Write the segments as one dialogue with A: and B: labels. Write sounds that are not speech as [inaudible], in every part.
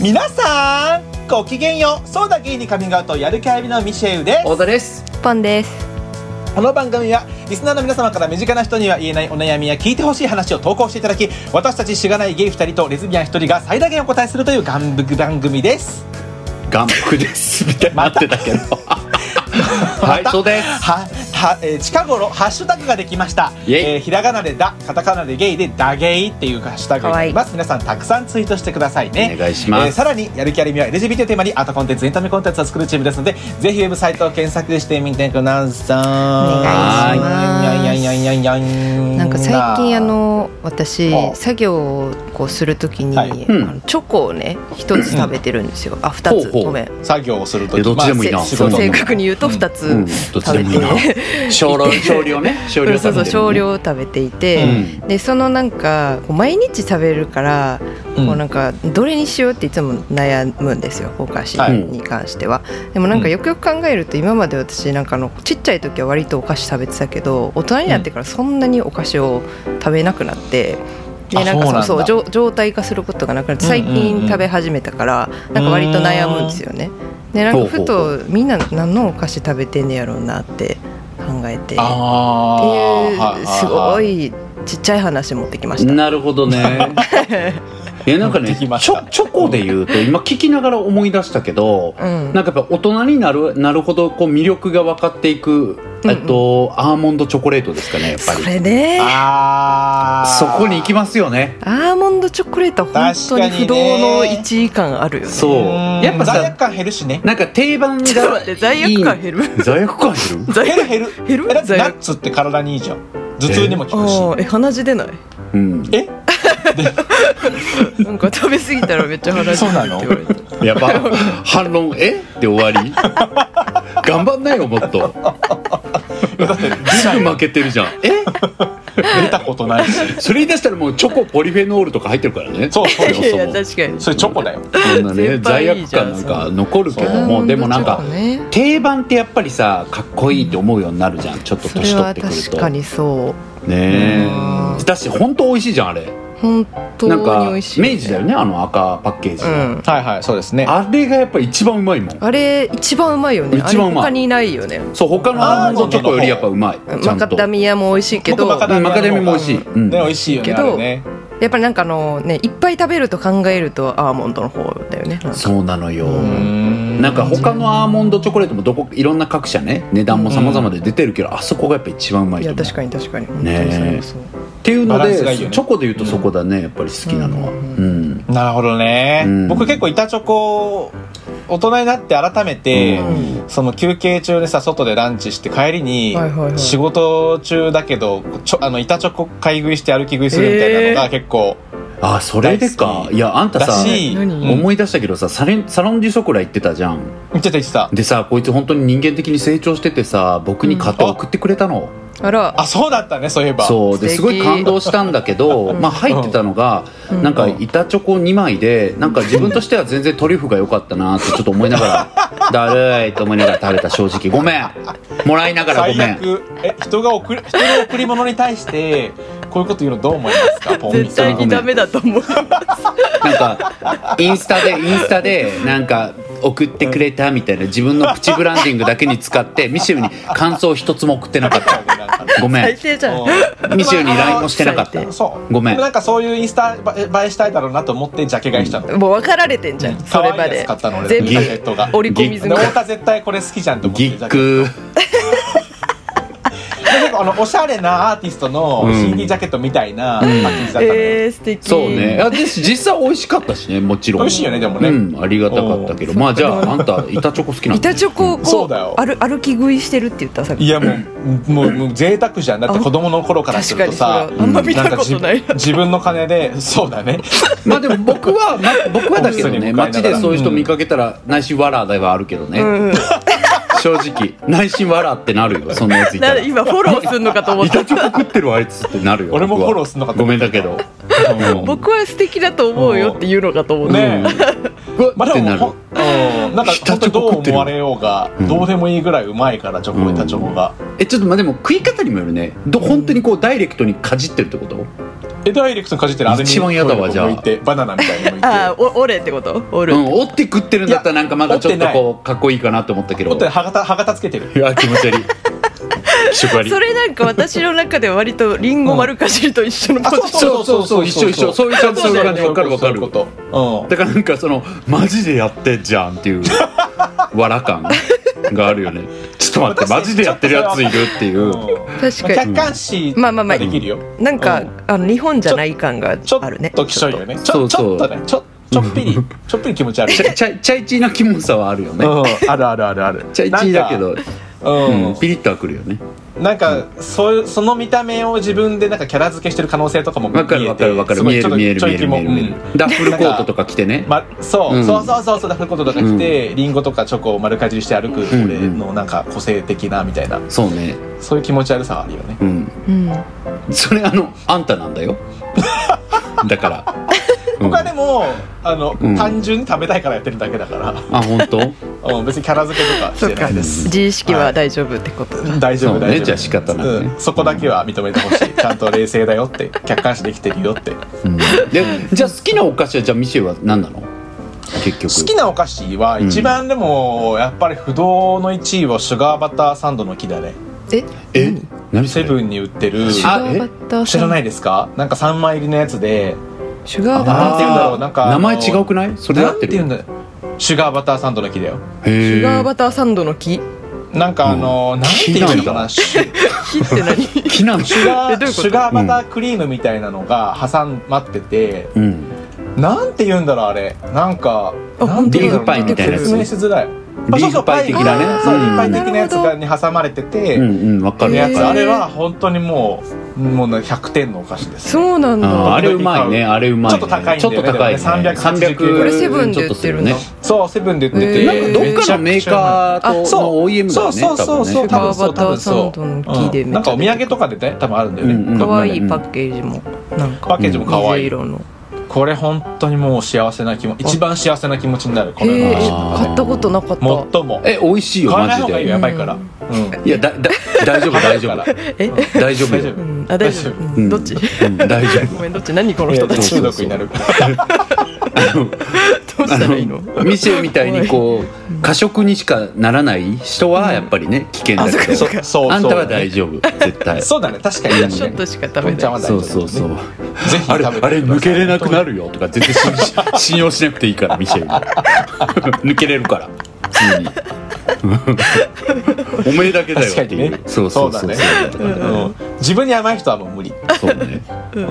A: 皆さんごきげんようそうだゲイにカミングアウトやる気ありみのミシェウです
B: 太田です
C: ポンです。
A: この番組はリスナーの皆様から身近な人には言えないお悩みや聞いてほしい話を投稿していただき私たちしがないゲイ2人とレズビアン1人が最大限お答えするというガンブ番組です
B: 眼福ですみたいになってた
C: [laughs]
B: けどはいそうです
A: はは、えー近頃ハッシュタグができました
B: イエイ
A: えーひらがなでだカタカナでゲイでダゲイっていうハッシュタグがあります皆さんたくさんツイートしてくださいね
B: お願いします
A: さらにやる気ありみは LGBT をテーマにアートコンテンツエンタメコンテンツを作るチームですのでぜひウェブサイトを検索してみてください
C: お願いします
A: やんやんやんやんやん
C: なんか最近あの私
A: あ
C: 作業をこうするときに、
A: はい
B: うん
C: あのチョコをね一つ食べてるんですよ。あ二つ
B: ほうほう
C: ごめん。
A: 作業をすると
B: えどっちでもいい
C: せ
B: な
A: 仕
C: そ
A: 事
C: う
A: の
C: 正確に言うと
A: うん
C: 二
B: うん
C: つ
B: どっち
C: 食
B: で
C: べ
B: もいいな
C: て、
B: 少量少量ね少量
C: そうそう少
B: 食
C: 量食べていて。
B: べてるね
C: でそのなんかこう毎日食べるから、
A: うん
C: こうなんかどれにしようっていつも悩むんですよお菓子に関しては、でもなんかよくよく考えると今まで私なんかあのちっちゃい時は割とお菓子食べてたけど大人になってからそんなにお菓子を食べなくなって。
A: あ
C: でなんか
A: そうなん
C: そう
A: だ
C: そう状状態化することがなくなって
A: うんうんう
C: 最
A: ん
C: 近食べ始めたからなんか割と悩むんですよね。でなんかふ
B: ほ
C: とみんな何のお菓子食べてんねやろうなって考えて。って
A: あ
C: い
A: ー
C: うすご
A: はい
C: ちっちゃい話持ってきまし
B: うん
C: た。
B: なるほど
C: [laughs]
B: ねいやなんか
A: で
B: ね
A: き
B: チ
A: ました
B: ョチョコで言うと今聞きながら思い出したけど
C: うん
B: なんかやっぱ大人になるなるほどこう魅力が分かっていく、えっとアーモンドチョコレートですかねやっぱ
C: そ
B: り
C: れね
A: いはいはいあー
B: そこに行きますよね
C: アーモンドチョコレートは本当に不動の1位感あるよね
B: そうやっぱ
A: 罪
B: さ
A: 悪感減るしね
B: なんか定番
C: ちょっと
B: が
C: 待って罪悪感減る
B: いい罪悪感減る
C: 罪
A: 減る
C: 悪
A: 減る
C: [laughs] 減る
A: えだって
C: 罪
A: ナ
C: 悪
A: ッツって体にいいじゃん頭痛にも効くし
C: あーえ鼻血出ない
B: うん
A: え
C: なんか食べ過ぎたらめっちゃ鼻血出るって言われた
B: やば反論えで終わり頑張んなよもっと
A: だって
B: すぐ負けてるじゃんえ
A: 出たことないし
B: それ言い出したらもうチョコポリフェノールとか入ってるからね
A: そうそうよ
B: そも
C: い
B: そ
C: やいや
B: も
C: 確かに
A: それチョコだよ
B: そんな
C: [laughs]
B: ね
C: 絶対
B: 罪
C: いい
B: 悪
C: じゃ
B: 感
C: ん
B: なんか残るけど
C: アーモン
B: も
C: ド
B: でもなん
C: チ
B: か
C: ョコね
B: 定番ってやっぱりさかっこいいって思うようになるじゃんちょっと
C: それ
B: 年取っ
C: は
B: てくると
C: 確かにそ
B: ね
C: う
B: え
C: ん
B: だし本当美味しいじゃんあれ
C: う本当
B: なんか
C: に美
B: 明
C: 味しい、ね、
B: 治だよねあの赤パッケージ
C: う
B: の、
C: ん
A: はいはいそうですね
B: あれがやっぱ一番うまいもん
C: あれ一番うまいよね
B: 一番うまい
C: あれ他にないよね
B: そう他のアーモンドチョコよりやっぱうまいちゃ
C: マ
B: ん
C: カ
B: と
C: ダミアも美味しいけど
A: 僕マカ
B: うんマカダミアも美味しい、うん
A: ね美味しいよね
C: け
A: あ
C: ど
A: れね
C: やっぱりなんかあのねいっぱい食べると考えるとアーモンドの方だよねなんか
B: そうなのよ、
C: う
A: うーん
B: なんか他のアーモンドチョコレートもどこいろんな各社ね値段も様々で出てるけど、あそこがやっぱ一番うまい
C: い
B: と
C: や
B: 思う
C: 確かに確かに本当
B: ねえ
C: にそれもそ
B: っ
C: う、
B: ていうの
A: バラン
B: で
A: スがいいよね
B: チョコで言うとそこだね、やっぱり好きなのはう
C: うんん、
A: なるほどね、
B: うん
A: 僕結構板チョコ大人になって改めて、
C: う
A: その休憩中にさ外でランチして帰りに、
C: はいはいはい
A: 仕事中だけどちょあの板チョコ買い食いして歩き食いするみたいなのが結構、
B: あそれで
A: 大
B: か
A: 好き
B: いやあんた
A: ら
B: さ
A: しい、
C: 何
A: うん
B: 思い出したけどさサレンサロンデュショコラ行ってたじゃん
A: 言ってた言ってた
B: でさこいつ本当に人間的に成長しててさ僕に買って
A: うん
B: 送ってくれたの、
C: あら
A: あそうだったねそういえば
B: そうです
C: 素敵
B: ごい感動したんだけど、
C: [laughs] うん
B: まあ入ってたのが、
C: うん
B: なんか板チョコ2枚でなんか自分としては全然トリュフが良かったなってちょっと思いなが
C: [laughs]
B: らだるいと思いながら食べた正直ごめんもらいながらご
A: 最
B: めん
A: 悪え人が送る人の贈り物に対してこういうこと言うのどう思いますかポンミ
C: 絶
A: さ
C: 対
A: ん
C: にダメだと思う
B: なんかインスタでインスタでなんか送ってくれたみたいな自分のプチブランディングだけに使ってミシェルに感想一つも送ってなかったごめ
C: 最
B: ん
C: 低じゃん
B: ミシェルに LINE もしてなかった
C: 最低
A: そう
B: ごめん
A: でもなんかそういうインスタ映えしたいだろうなと思ってジャケ買いしたの、
C: もう分かられてんじゃんそ
A: 可
C: れ
A: 愛
C: ま
A: いや
C: で
A: つ買ったの俺
C: 全
A: ジャケッ
C: 部
A: トが
C: 折り込み済
A: で
C: み
A: 太田絶対これ好きじゃんと思って
B: ギック
A: ジャケットで結構あのおしゃれなアーティストの
B: うん
A: CD ジャケットみたいなパッケージだったのよ、
C: えー、素敵
B: そうねあで実際美味しかったしねもちろん
A: 美味しいよねでもね
B: うんありがたかったけどまあじゃああんた板チョコ好きなんだ
C: 板チョコを
A: そ
C: こ
A: う
C: う
A: だよ
C: 歩歩き食いしてるって言ったさっき
A: いやもうもうもう贅沢じゃんだって子供の頃からするとさ
C: 確かにそれはあんま見たことない
A: んか自自分の金でそうだね
B: まあでも僕は、まあ、僕はだけど
A: オフィスに
B: ね
A: 向かいな
B: 街
A: がら
B: でそういう人見かけたら内心わらではあるけどね、
C: うん、
B: 正直内心わらってなるよそんなやついた
C: な
B: ら
C: 今フォローするのかと思っ
B: 板
C: た
B: チョコ食ってるわあいつってなるよ
A: 俺も
B: 僕は
A: フォローすんのかと
B: ご
A: 思
B: め
A: っ
B: ん
A: た
B: だけどうん
C: 僕は素敵だと思うよって言うのかと思った、
A: ねえ
B: うわ
A: まあ
B: っ
A: で
B: て
A: も
B: なる
A: ほんうんなんか本当にどう思われようが
B: うん
A: どうでもいいぐらいうまいからチョコ板チョコが
B: えちょっとまあでも食い方にもよるねど本当にこうダイレクトにかじってるってこと
A: えダイレクトにかじってるあれに
B: 一番嫌だわじゃあ
A: 向いてバナナみたいに向いて
C: ああお折れってこと折
B: う
C: る、
B: ん、折って食ってるんだったらなんかまだちょっとこうかっこいいかなと思ったけど
A: もっと歯型歯型つけてる
B: いや気持
C: [laughs]
B: ち悪い気色悪い
C: それなんか私の中では割とリンゴ丸かじりと一緒のポジション、
B: そうそうそう一緒一緒そういう感じそういう感じわかるわか
A: そ
B: る
A: ういうことうん
B: だからなんかそのマジでやってんじゃんっていうわら感があるよねちょっと待ってマジでやってるやついるっていう、
A: うん
C: 確かに
A: 客観視
C: まあまあまあ
A: できるよ
C: なんか、
A: うん
C: あの日本じゃない感が
A: ちょっ
C: あるね
A: ときしょいよねち
B: そ
A: ょ
B: う
A: ち
B: そ
A: ょ
B: う
A: っとねちょちょっぴ
B: [laughs]
A: りちょっぴり気持ち悪い
B: チャチャチャイチーな気もさはあるよ [laughs] ね、
A: うんあるあるあるある
B: チャイチーだけど、
A: なんか
B: う
A: うん
B: ん、ピリッとはくるよね
A: なんかそういうその見た目を自分でなんかキャラ付けしてる可能性とかも見え
B: わ
A: て
B: かるわかるわかる
A: すご
B: 見
A: い
B: え
A: ちょっ
B: る
A: と
B: 見える
A: ちょ
B: 見
A: い
B: え
A: 気
B: る
A: も
B: 見える見える
A: うん
B: ダッフルコートとか着てね、
A: ま、そう、
B: うん
A: そうそうそうそうダッフルコートとか着て、リンゴとかチョコを丸かじりして歩く
B: ん
A: 俺のなんか個性的なみたいな
B: そうね
A: そういう気持ち悪さはあるよね
B: うん
C: うん、
B: それあのあんたなんだ
A: [laughs]
B: よだから、うん
A: 僕はでもあの、
B: うん
A: 単純に食べたいからや [laughs] ってるだけだか
B: あ本当
A: ら、うん、別にキャラ付けとかし
C: そ
A: て
C: う
A: な
C: か
A: いです
C: 自意識は大丈夫ってことだ、
A: 大丈
B: そ
A: 夫
B: う
A: 大丈
B: ね
A: 夫
B: じゃあ仕方ないね
A: うん、そこだけは認めてほし
B: [laughs]
A: いちゃんと冷静だよって客観視できてるよって
B: うんでじゃあ好きなお菓子はじゃあミシェルは何なの結局
A: 好きなお菓子は
B: ん
A: 一番でもやっぱり不動の1位はシュガーバターサンドの木だね
C: え
B: え何そ
A: セ
B: れ
A: ブンに売ってる
C: シュ
B: あ
C: ガーバター
A: 知らないいですかなんか3枚入りのやつで
C: シュガーバ
A: なん
C: タ
A: て言うん
C: ー
A: だろうなんか
B: 名前違うくないそれだ
A: な
B: っ
A: ん
B: て
A: て言う
B: る
A: んだシュガーバターサンドの木だよ
C: シ
B: へ
C: ュガー
B: ー
C: バターサンドの木
A: なんかあの、なんて言うのかなシュ
C: 木って何
B: 木なの
A: シュガ
C: えどう
A: ー
C: いうこと
A: シュガーバタークリームみたいなのが挟まってて、
B: うん
A: なんて言うんだろうあれなんか
C: あ
A: なんて言うんだろう
B: リーフパイみたいなやつ
A: 説明しづらい
B: リーフパイ的なね
A: あそうそう
B: うん
A: パイそうリーフパイ的なやつがに挟まれてて、
B: うんうんわかる
A: や
B: わ
A: つ
C: へー
A: あ
B: かる
A: れは本当にもうもうね100点のお菓子です
C: そうなん
B: あー
C: だ
B: あれうまいねあれうまいね
A: ちょっと高いんだ
B: ちょ
A: よ
B: っ
A: ね
B: と高いね
A: でもね389
C: これセブンで売ってるんだ
B: ちょと
A: そうセブンで売ってて、
C: えー
B: するねどっ
A: めちゃ
B: かの
A: くちゃ
B: メーカーと
A: そう
B: の OEM だ
A: そ
B: よ
A: う
B: ね
A: そうそうそう
B: 多分
A: 多分
B: ね
A: そう多分そう
C: シュガーバターサンドの木で
A: うん
C: めっちゃ
A: なんかお土産とかでね多分あるんだよね、
B: うんうん
C: 可愛いパッケージもなんか
A: パッケージも可愛い
C: 水色の
A: これ本当にもう幸せな気持ち一番幸せな気持ちになるこ
C: へ
A: れ
C: え
A: の
B: あー
C: 買ったことなかった
A: 最も
B: え美味しいよ
A: 買わない
B: マジ
A: 方がいいよ
B: で
A: やばいから、うん、
B: いやだだ大丈夫
A: [laughs]
B: 大丈夫
C: え
B: 大丈夫
A: 大丈
B: よ
A: 夫
C: うんあ大丈夫
A: 大丈
C: うん [laughs] どっち
B: うん大丈夫
C: ごめんどっち何この
A: え
C: 人
A: ー
C: たち
A: 中毒になる
C: どうしたらいいの
B: あのミシェルみたいにこう過食にしかならない人はやっぱりね危険だけ
C: あ
B: ど
C: そっ
A: そ
C: か
A: うそう
B: あんたは
A: そう
B: 大丈夫絶対
A: そうだね確かに確
C: ち
A: か
C: ょっ
A: に
C: としか食べ
A: ポンちゃん
C: な
A: は
C: い
A: 大丈
B: そ
A: 夫
B: うそうそう
A: ぜひ食
B: あ
A: べ
B: れ
A: てくださ
B: あ
A: い
B: れ抜けれなくなるよとか全然信じ [laughs] 信用しなくていいからミシェル [laughs] 抜けれるから普
A: [laughs]
B: 通におめえだけだよってい
A: 確かに
B: う、
A: ね
B: そうそうそうそう
A: そうだね、うん、自分に甘い人はもう無理、
B: そうね
A: うん、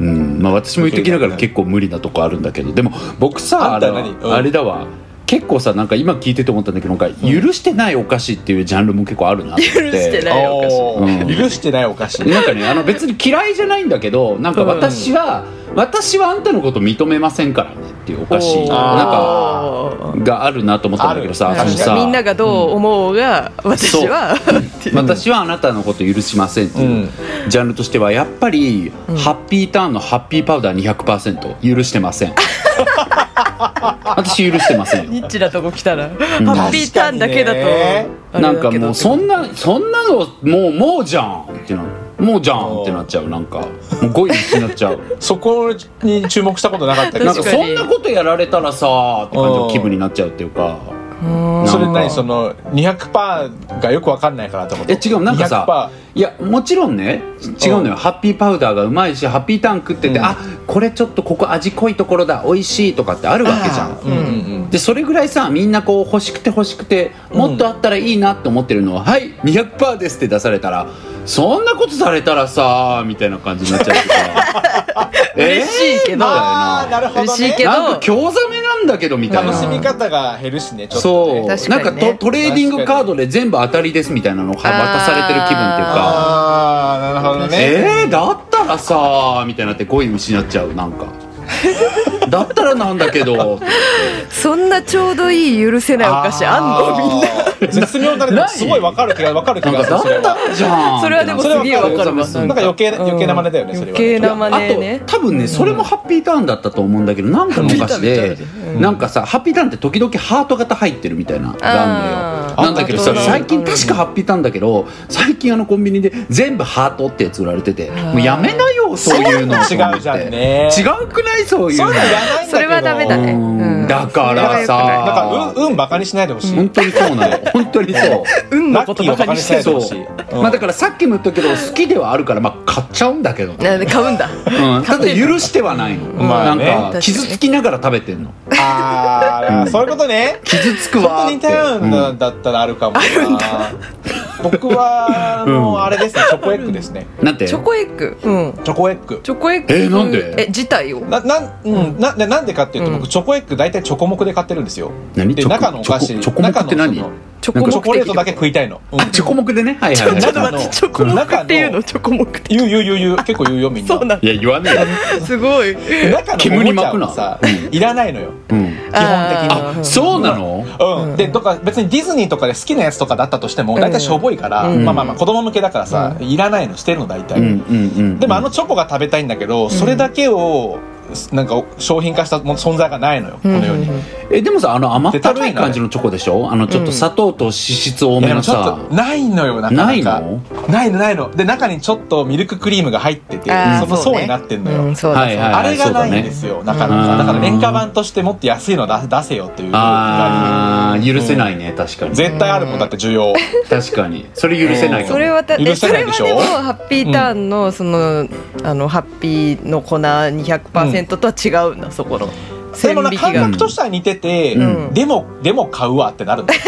B: うんまあ私も言っときながら結構無理なとこあるんだけどでも僕さ
A: あ
B: あ
A: ん
B: れ
A: た
B: は
A: 何うん
B: あれだわ結構さなんか今聞いてて思ったんだけどなんか許してないお菓子っていうジャンルも結構あるなと思って
C: 許してないお菓子
A: おー
B: うん
A: 許してないお菓子
B: なんかねあの別に嫌いじゃないんだけどなんか私は、私はあんたのこと認めませんからねっていうお菓子
C: お
B: なん
C: ー
B: か
A: あ
B: があるなと思ったんだけど
A: あ
B: さ
A: る
B: その
A: 確か
B: さ
A: に
C: みんながどう思うが私はっていう
B: 私はあなたのこと許しませんって
A: う
B: いうんジャンルとしてはやっぱり、
C: うん
B: ハッピーターンのハッピーパウダー200%許してま
C: [laughs]
B: せん私許してませんよ
C: [laughs] ニッチなとこ来たら、ハッピーターンだけだと
A: 確かにね
C: あれ
B: な
C: だ
B: ん
C: けど
B: かもうそんなそんなのもうもうじゃんってなもうじゃんってなっちゃうなんかもう5位になっち
C: [laughs]
B: ゃう
A: そこに注目したことなかったけ
B: な
A: ど
B: んか
C: 確
B: そんなことやられたらさって感じの気分になっちゃうっていうか
C: う
B: な
C: ん
B: んか
A: それ何その200%がよくわかんないからってこと
B: え違うなんかさいやもちろんね違うのよハッピーパウダーがうまいしハッピーターン食ってて、
A: うん
B: あこれちょっとここ味濃いところだ美味しいとかってあるわけじゃん
A: 200%うんうん
B: でそれぐらいさみんなこう欲しくて欲しくてもっとあったらいいなって思ってるのは、はい200%ですって出されたらそんなことされたらさみたいな感じになっちゃうから
C: [laughs] 嬉しいけ
A: う
C: ど
A: んあーなるほど
C: 嬉しい
A: ね
C: けど
B: なんか興ざめなんだけどみたいな
A: 楽しみ方が減るしねちょっと
B: そう、
A: ね
C: 確か
B: なん
C: にね
B: かトトレーディングカードで全部当たりですみたいなのを渡されてる気分っていうか
A: ああなるほどね
C: [laughs]
B: えー、だったらさーみたいになって5位失っちゃうなんかだったらなんだけど
C: そんなちょうどいい許せないお菓子あんのみんな
A: 絶妙だねでもすごいわかる気がわかる気
B: なん
A: が
B: か
A: するそれ
B: だった
A: は
B: らじゃん
C: それはでも
A: それ
C: す
A: は
C: げえわかるわ
A: なんか余計な余計な真似だよね
C: うん
A: それは
C: 余計な真似
B: いやあ
C: ね
B: と多分ねそれもハッピーターンだったと思うんだけどなんかのお菓子
C: ハッピー
B: で
C: タ
B: なんかさハッピーターンって時々ハート型入ってるみたいなラー
C: あー
B: メンよなんだけど
A: あ
B: さ
A: ー
B: 最近
C: うん
B: 確かハッピーターンだけど最近あのコンビニで全部ハートってやつ売られてて
C: ー
B: もうやめなよそういうのと思って
A: 違うじゃんね
B: 違うくないそういう
A: そう
B: の
A: いうのやらないんだけど
C: それはダメだね
B: うん
C: うん
B: だから
C: それは良
A: だ
B: さ
C: く
A: から運運バカにしないでほしい
B: 本当にそ
A: [laughs]
B: うなの本当にそう
C: 運の
A: ラ
C: こ
A: ッ
C: と
A: キー
C: ば
A: を
C: か
A: バカ
C: り
A: に
C: し
A: しな
C: て
A: いで
B: そ
A: ほ
B: う
A: しいうん
B: まあだからさっきも言ったけど好きではあるからまあ買っちゃうんだけど
C: なんで買うんだ
B: うん、ただ許してはないの、
A: まあね
B: なんか傷つきながら食べてんの
A: ああそういうことね
B: 傷つく
A: ちょっ
B: わ
A: と
B: ーっ
A: 似
B: て
A: たよう
B: う
A: なんだったらあるかもな僕はあ
B: う
A: の
B: ん
A: あれですねチョコエッグですね
B: なんて
C: チョコエッグうん
A: チョコエッグ
C: チョコエッグ
B: えなんで
C: え自体を
A: ななんうんなでなんでかっていうと
C: う
A: 僕チョコエッグ大体チョコ目で買ってるんですよ
B: 何
A: で
B: チョコ
A: 中のお菓子
B: チョコチョコ目って何
A: 中の
C: チ
A: そ
C: ョコ
A: のチ
C: 目
A: ョコレー
C: 的
A: トだけ食いたいのうん
B: チョコ目でねはいはい、はい、
A: ちょっと
B: 中
A: 待
B: の
A: って
C: チョコ目っていうのチョコ目って
A: 言う言う言う言う結構言うよみんな
C: そうなん
B: いや言わね
C: だすごい
A: で中のおもち
B: 煙巻
A: ゃ
B: くな
A: はさ
B: う
A: いらないのよ
B: えよ、うん、
A: 基本
C: あ
A: 的
C: ー
A: に
B: そうなの
A: うん、でとか別にディズニーとかで好きなやつとかだったとしても大体しょぼいから、
C: うん
A: まあまあまあ子供向けだからさ、いらないのしてるの大体、
B: うんうんうん
A: でもあのチョコが食べたいんだけど、それだけをなんか商品化したも存在がないのよ、このように、
C: うんうん
B: えでもさあの甘ったるい感じのチョコでしょあのちょっと砂糖と脂質多
A: いや
B: め
A: で
B: の
A: もちょっ
B: さ、
A: とないのよなかなか
B: ないの
A: ないのないので中にちょっとミルククリームが入ってて
C: あー
A: その
C: そうね
A: 層になってんのよ、
C: うんそうだ
B: はいはい
A: あれがないんですすよ、なかな
B: う
A: か
B: ん
A: だから廉価版としてもっと安いの出出せよっていう、
B: あー許せないいね確か
A: うん
B: に
A: 絶対あるもんだって需要
B: 確かにそれ許せないか
C: そ
B: も
C: れはたえ
A: 許
C: そ
A: せな
C: れ
A: い
C: は
A: でしょ
C: でもハッピーターンのその、あのハッピーの粉200%とは違うんだ、そこの
A: で
C: 線
A: もな
C: 引き
A: 感
C: が
A: 覚としては似てて、
B: うん
A: でもでも買うわってな
C: [laughs]
A: るんだよ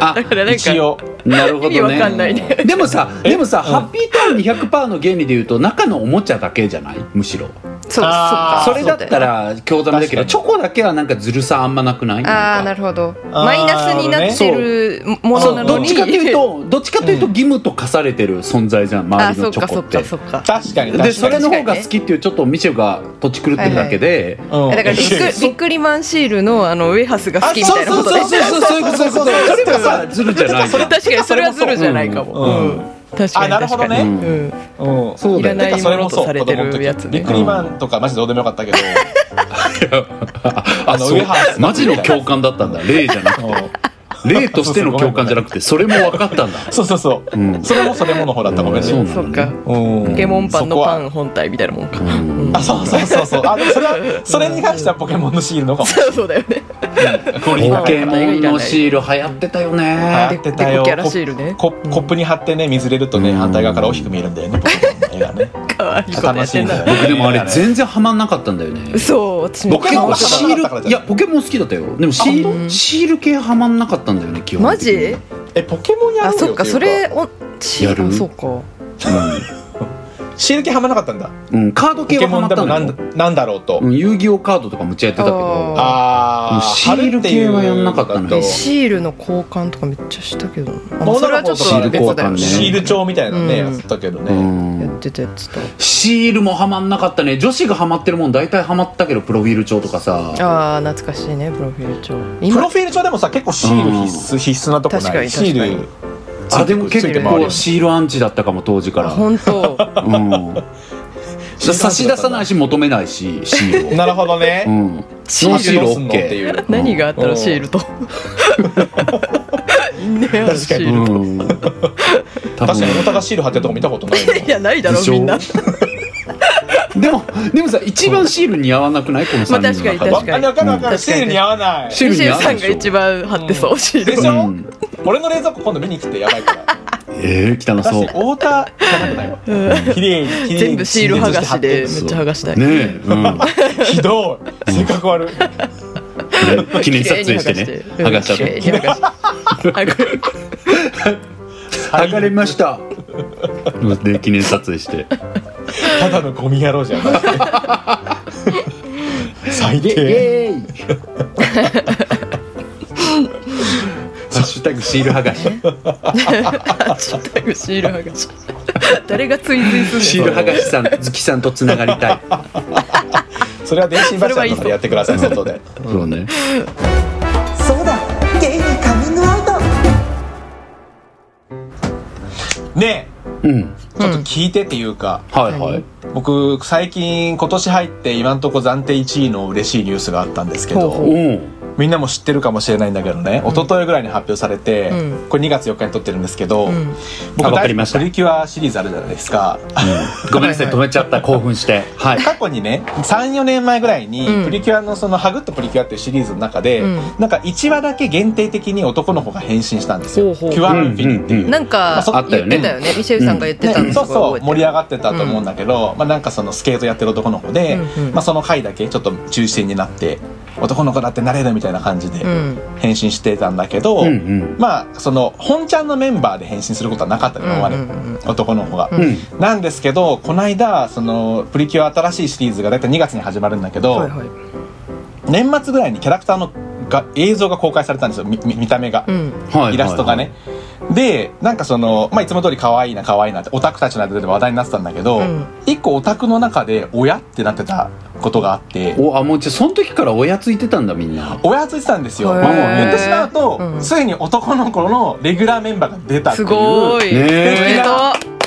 B: あ
C: だからなんか
A: 一応
B: なるほど
C: 意
B: ね
C: 味わかんないね
B: でもさ、でもさ、
A: ん
B: ハッピーターン200%の原理で言うと、中のおもちゃだけじゃないむしろ。
C: そうそっ
A: あ
C: か
A: ー
B: それだっ
C: そ
B: た
C: うよ
B: ら、興ざめだけど、チョコだけはなんかずるさあんまなくない
C: ああな
B: る
C: るほど
A: あー
C: マイナスになってるものなの
B: どっ
C: に
B: ちかというと、どっちかというと義務と課されてる存在じゃん、
C: あ
B: 周り
C: ーそ
B: の
C: っ
B: チョ
C: か
B: コ
C: そ
B: っ
C: っか
B: て。
C: そっか
A: 確かに確か
B: で、
A: に
B: それの方が
C: 確かにね
B: 好きっていう、ちょっとミシェルがとち狂ってるだけで、
A: うん
C: だ
A: [laughs]
C: からビ
A: いやいや
C: ックビックリマンシールのあのウェハスが好きみたいなこと
A: あ
C: で
A: そうそうそうそうそういうことそういうこと
B: それがさ、ずるじゃないじゃん。
C: 確かにそれはズルじゃないかも、
A: うん
C: うん確か
A: あ
C: に
A: なるほ
C: 確
A: ど
C: か
A: ね
C: に、うん
A: うん
B: そうだよ
C: いらない
B: ね。
A: てかそれもそう
C: ものとされてるやつね
A: ビックリマンとかマジどうでもよかったけど、
B: あ、そ
A: ウ
B: う
A: エハース。
B: マジの共感だったんだ。例じゃ [laughs] なくて。例としての共感じゃなくて、それも分かったんだ。
A: そうそうそう、
B: うん
A: それもそれもの方だったごめん
B: そう
A: ね、
B: な
C: そ
B: ん
C: っ
B: だね
C: か
A: うん
C: ポケモンパンの
A: そこ
C: パ
A: は
C: ン本体みたいなもんか
B: うん
A: あそうそうそうそうあでもそれはそれに関してはポケモンのシールの方が
C: [laughs] そうだよね
A: クオリティ
B: ポ
A: 高い
B: ケモンのシール流行ってたよ
A: 流
B: ね。
A: 行ってたよ
C: デコキャラシールね
A: コココップに貼ってね水入れるとね
B: うん
A: 反対側から大きく見えるんだよねポケモンの絵がね
C: 可愛いことや
A: 楽
C: っ
A: してい
C: ん
A: ん
C: だ
A: だ
C: な
A: よ
B: 僕
A: ね
B: でもあれ全然ハマんなかったんだよね。
C: そう私も
B: 僕結構
A: ポケモン
B: シ
A: ハマんなかったから
B: ー
A: じゃん
B: ルいやポケモン好きだったよ。でもシ
C: あ
B: ー
C: 本当
B: ルシール系ハマんなかったんだよね基本
C: マ
B: 的に。
C: ジ
A: えポケモンやる
C: あ
A: よ
C: そっか
A: ていう
C: それおシ
B: やる
C: あそうか
A: シール系はまなかったんだ
B: うんうんカード
A: ポ
B: 系
A: ケ
B: はハ
A: モン
B: マっ
A: で
B: た
A: もなんん
B: だ
A: だ
B: よ。
A: なんだろうと、
B: うん遊戯王カードとかむっちゃやってたけど。
C: あ
A: ああ
B: シール系はやんなかったのよ
A: と
C: えシールの交換とかめっちゃしたけどなあ
A: 女の子と
C: それはちょっと
B: シール交
C: 別だよ
B: 換ね
C: ね
A: シール帳みたいなのね、
C: うん
A: やってたけどね、
B: うん
C: やってたやつと
B: シールもハマんなかったね女子がハマってるもん大体ハマったけどプロフィール帳とかさ
C: ああ懐かしいねプロフィール
A: プ
C: 帳
A: ロ
C: 今
A: フィール帳でもさ結構シール必須、必須なとこない
C: 確かに
A: シ
C: 確か
A: ー
C: に
A: ル
B: あでも結
A: ついて回るよ
B: 構
A: ね
B: シールアンチだったかも当時から
C: 本当
B: [laughs] うん、差し出さないし求めないしシールを、
A: なるほどね、
B: うん、ノーシール
A: どう
B: OK
A: すんのっ
B: っ
A: て
B: て
A: い
B: いう
A: う
C: 何があったらシールと [laughs] いいねあのシールと
B: ん、多
A: 確かに太
B: 分
A: 田がシール貼ってるとこ見たことない
C: いやないだろ
B: でしょ
C: みんな
A: [laughs]
B: でもでもさ一番シール似合わなくないこの
C: まあ
B: 3人の中で、
C: 確
A: わ
C: に
A: かるわかるわか
C: う
A: る
C: ん
A: シールに合わない
B: シール
C: シ
B: に
C: ェ
B: 合
C: ル
B: わ
C: さ
B: ない
C: ん
B: で
C: が
B: しょ
C: 一番貼ってそうシー
A: で
C: ル
A: しょ、
B: うん
A: 俺の冷蔵庫今度見に来てやばいから
B: えー、来たなそ
A: 私
B: う
A: 太田じゃなくないわ綺麗に綺麗に
C: 全部シール剥がしでめっちゃ剥がしたい
B: ねえ、うん
A: ひどい性格悪い
B: ね、記念撮影してね剥がしちゃった
C: た
B: 剥がれましたで記念撮影して
A: ただのゴミ野郎じゃない最低
B: エーイハッシュタグシール剥がし
C: ちょっとシール剥がし誰が追随する
B: シール剥がしさん、月さんとつながりたい。
A: それは電信柱とかでやってください外で
B: そうね
A: そうだゲイにカミングアウトね
B: うん
A: えちょっと聞いてっていうか、
B: はいはい
A: 僕最近今年入って今んとこ暫定1位の嬉しいニュースがあったんですけど
C: ほうほ
B: うん
A: みんなも知ってるかもしれないんだけどね、一昨日ぐらいに発表されて、
C: うん
A: これ2月4日に撮ってるんですけど、
C: うん
A: 僕
B: あわか
A: 大
B: り
A: 好
B: ま
A: きな
B: した
A: プリキュアシリーズあるじゃないですか。
B: ごめんなさい止めちゃった興奮してはい
A: 過去にね34年前ぐらいに、
C: うん
A: プリキュアのその「ハグッとプリキュア」っていうシリーズの中で、
C: うん
A: なんか1話だけ限定的に男の子が変身したんですよ
C: ほうほう
A: キュアインフィニっていう、
B: うん
C: なん
A: まあ
C: か
A: そ
B: あった
C: 言っ
B: よね
C: てたよねミシェルさんが言ってたの
A: ね、
C: す
A: そう
C: ご
A: そ
C: いう覚
A: 盛り
C: えて
A: 上がってたと思うんだけど、まあ、なんかそのスケートやってる男の子で、
C: うんうん
A: まあ、その回だけちょっと中心になって男の子だってなれるみたいな感じで
C: うん
A: 変身してたんだけど、
B: うんうん
A: まあその本ちゃんのメンバーで変身することはなかったの今まで、
C: うんうん
A: 男の子が。
B: うん
A: なんですけどこの間そのプリキュア新しいシリーズが大体2月に始まるんだけど、
C: はいはい
A: 年末ぐらいにキャラクターのが映像が公開されたんですよみみ見た目が、
C: うん
B: はい
A: イラストがね。でなんかその、まあ、いつも通り可愛いな可愛いなってオタクたちの間で話題になってたんだけど、
C: うん
A: 一個オタクの中で親ってなってたことがあって
B: おあもうじゃあその時から親ついてたんだみんな
A: 親ついてたんですよ。
C: へー
A: まあもう言ってしまうと、
C: うん
A: ついに男の子のレギュラーメンバーが出たって
C: す
A: いう
C: ごい、
B: ねえ
C: おめで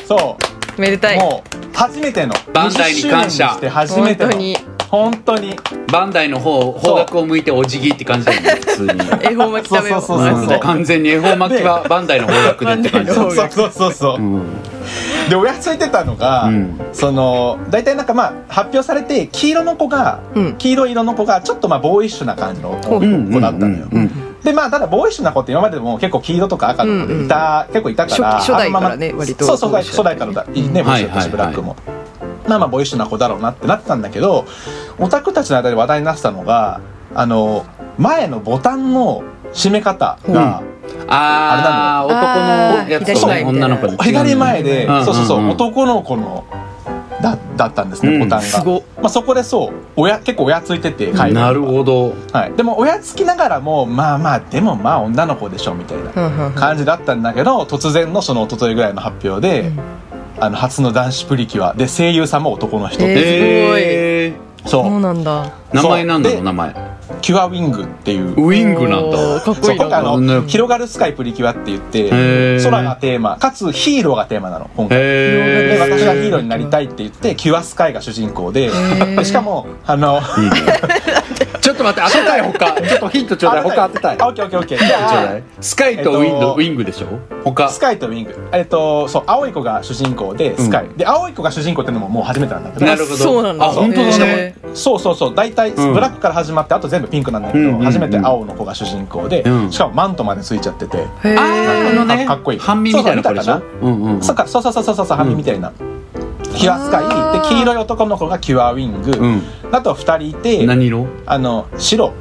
C: と
A: そう
C: めでたい
A: もう初めての
B: バンダイに感謝
A: 20周年して初めての
C: 本当に
A: 本当に
B: バンダイの方方角を向いてお辞儀って感じだよ [laughs] ね普通に
C: 恵方巻き食べよ
A: そうそうそう
B: うん完全に恵方巻きはバンダイの方角でって感じだ
C: そ
B: よ
C: う
A: そうそうそうそううんで親ついてたのが、
B: うん
A: その大体なんかまあ発表されて黄色の子が、
C: うん
A: 黄色い色の子がちょっとまあボーイッシュな感じの子
C: うん
A: だったのよ、
B: うん
A: でまあただボーイッシュな子って今までも結構黄色とか赤の子でいた、結構いたから
C: 初期初代からね
A: あのまま
C: 割と
A: そうそう
C: ボーイッシ
A: 初
C: ュだっ
A: 代
C: た
A: か
C: よ
A: ら
C: ね
A: だいいね、
B: うん
A: ボーイッシュだ
B: は
A: し
B: い
A: ブ
B: はい
A: ラ
B: は
A: ッ
B: い
A: クも、まあまあボーイッシュな子だろうなってなってたんだけどオタクたちの間で話題になってたのがあの前のボタンの締め方が、
B: ああ
C: あれなの
B: 男のやつと
A: 左前
B: ね女
C: みたいな
B: の子で違うの
A: 左前で、
B: うん
A: そうそうそう、
B: うんうん
A: 男の子のだだったんですね、
B: うん
A: ボタン
C: す
A: が、
C: ごっ
A: まあ、そこでそう親結構親ついてて海外
B: なるほど
A: はい、でも親つきながらもまあまあでもまあ女の子でしょみたいな
C: うんうんうん
A: 感じだったんだけど突然のその一昨日ぐらいの発表で、
C: うん
A: あの初の男子プリキュアで声優さんも男の人、
C: えー
B: え
A: そう、
C: そうなんだ
B: ー名前なんだろ
A: そうう
B: 名前
A: キュアウィングっていう
B: ウィングなん
C: お
B: だ
C: ーかっこいい
A: そう今回あの
B: うん
A: 「広がるスカイプリキュア」って言って
B: へー
A: 空がテーマかつヒーローがテーマなの今回。
B: へ
A: で
B: え
A: 私がヒーローになりたいって言ってキュアスカイが主人公で
C: ー
A: でしかもあの
B: いいね [laughs] ちょっと待って当てたい他ちょっとヒントちょうだい他当てたい
A: あオッケーオッケーオッケー
B: ヒン
A: じ
B: ト [laughs] ちょう
A: ゃ
B: だ
A: あ
B: いスカイとウィン
A: えっと
B: ドウィングでしょ他
A: スカイとウィングえっとそう青い子が主人公でスカイ、で青い子が主人公ってのももう初めてなんだけど
B: なるほど
C: そうなんだ
B: あ本当だ
C: へ
B: ね
A: そうそうそう大体
B: うん
A: ブラックから始まってあと全部ピンクなんだけど、
B: うんうんうん
A: 初めて青の子が主人公で、
B: うん
A: しかもマントまでついちゃってて、
C: へえ
B: あーあのね
A: かっこいい
B: 半身みたいなこれでし
A: そう
B: ょ
A: そう
B: うんうんうん
A: そっかそうそうそうそうそうハミみたいな、キュアスカ
C: あ
A: イ
C: ー
A: で黄色い男の子がキュアウィング、
B: うん
A: あと2人いて
B: 何色
A: あの白